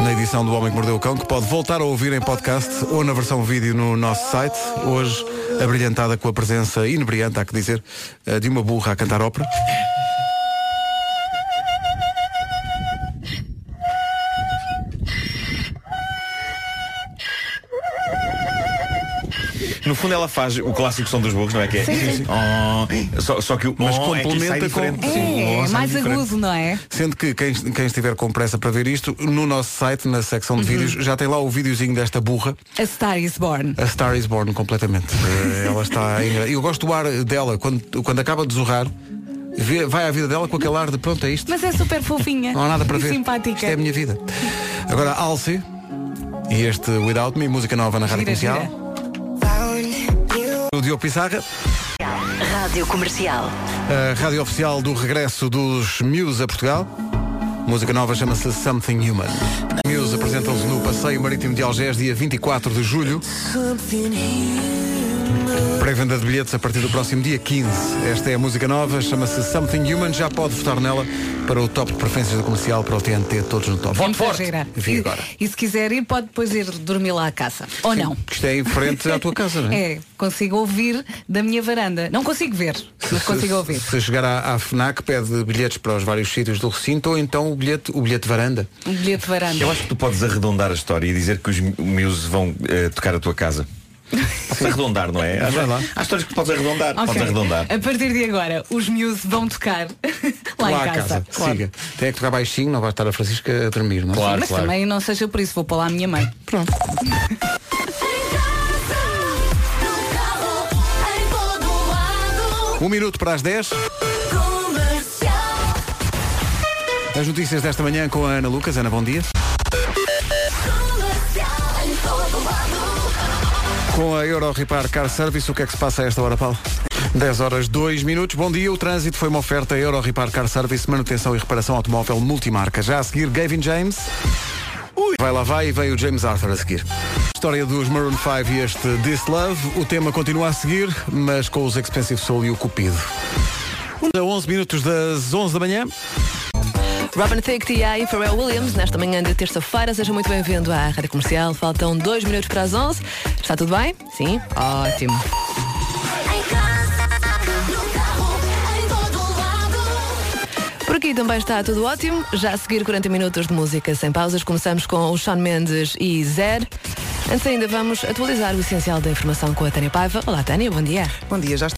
S1: Na edição do Homem que Mordeu o Cão, que pode voltar a ouvir em podcast ou na versão vídeo no nosso site. Hoje, abrilhantada com a presença inebriante, há que dizer, eh, de uma burra a cantar ópera.
S9: No fundo ela faz o clássico som dos burros, não é que é?
S2: Sim, sim.
S9: Oh, só, só que o
S1: Mas
S9: oh é que sai
S1: complementa com-
S9: diferente.
S1: Sim.
S2: É,
S1: Oh, sai
S2: mais
S1: diferente.
S2: agudo, não é?
S1: Sendo que quem, quem estiver com pressa para ver isto, no nosso site, na secção de
S2: Uhum.
S1: vídeos, já tem lá o videozinho desta burra.
S2: A Star is Born.
S1: A Star is Born, completamente. Eh, Ela está em... Eu gosto do ar dela, quando, quando acaba de zurrar, vê- vai à vida dela com aquele ar de pronto, é isto.
S2: Mas é super fofinha.
S1: Não há nada para
S2: e
S1: ver.
S2: simpática.
S1: Isto é a minha vida. Agora, Alce e este Without Me, música nova na Rádio
S13: Gira,
S1: Comercial. O Diogo Pissarra,
S13: Rádio comercial.
S1: a rádio oficial do regresso dos Muse a Portugal. Música nova chama-se Something Human. Muse apresentam-se no Passeio Marítimo de Algés, dia 24 de julho. Pré-venda de bilhetes a partir do próximo dia 15. Esta é a música nova, chama-se Something Human. Já pode votar nela para o top de preferências do comercial para o TNT, todos no top.
S2: Muito gira.
S1: Vi agora.
S2: E se quiser ir, pode depois ir dormir lá à casa. Ou não.
S1: Que isto é em frente à tua casa, não é?
S2: É, consigo ouvir da minha varanda. Não consigo ver, mas consigo ouvir.
S1: Se chegar à, à FNAC, pede bilhetes para os vários sítios do recinto ou então o bilhete, o bilhete de varanda.
S2: Um bilhete de varanda.
S9: Eu acho que tu podes arredondar a história e dizer que os Muse vão eh, tocar a tua casa. Podes arredondar, não é? Há, há histórias que podes arredondar.
S2: Ok.
S9: Podes arredondar.
S2: A partir de agora, os Muse vão tocar lá, em
S1: à
S2: casa. Claro.
S1: Siga. Tem é que tocar baixinho, não vai estar a Francisca a dormir, não é?
S2: Mas também não seja por isso, vou para lá a minha mãe.
S1: Pronto. Um minuto para as 10. As notícias desta manhã com a Ana Lucas. Ana, bom dia. Com a Euro Repar Car Service, o que é que se passa a esta hora, Paulo? 10 horas 2 minutos. Bom dia. O trânsito foi uma oferta Euro Repar Car Service, manutenção e reparação automóvel multimarca. Já a seguir, Gavin James. Vai lá, vai e vem o James Arthur a seguir. História dos Maroon 5 e este This Love. O tema continua a seguir, mas com os Expensive Soul e o Cupido. A 11 minutos das 11 da manhã.
S8: Robin Thicke, T.I. e Pharrell Williams, nesta manhã de terça-feira. Seja muito bem-vindo à Rádio Comercial. Faltam dois minutos para as 11. Está tudo bem? Sim? Ótimo. Por aqui também está Tá tudo ótimo. Já a seguir 40 minutos de música sem pausas. Começamos com o Sean Mendes e Zer. Antes ainda vamos atualizar o essencial da informação com a Tânia Paiva. Olá Tânia, bom dia.
S14: Bom dia, já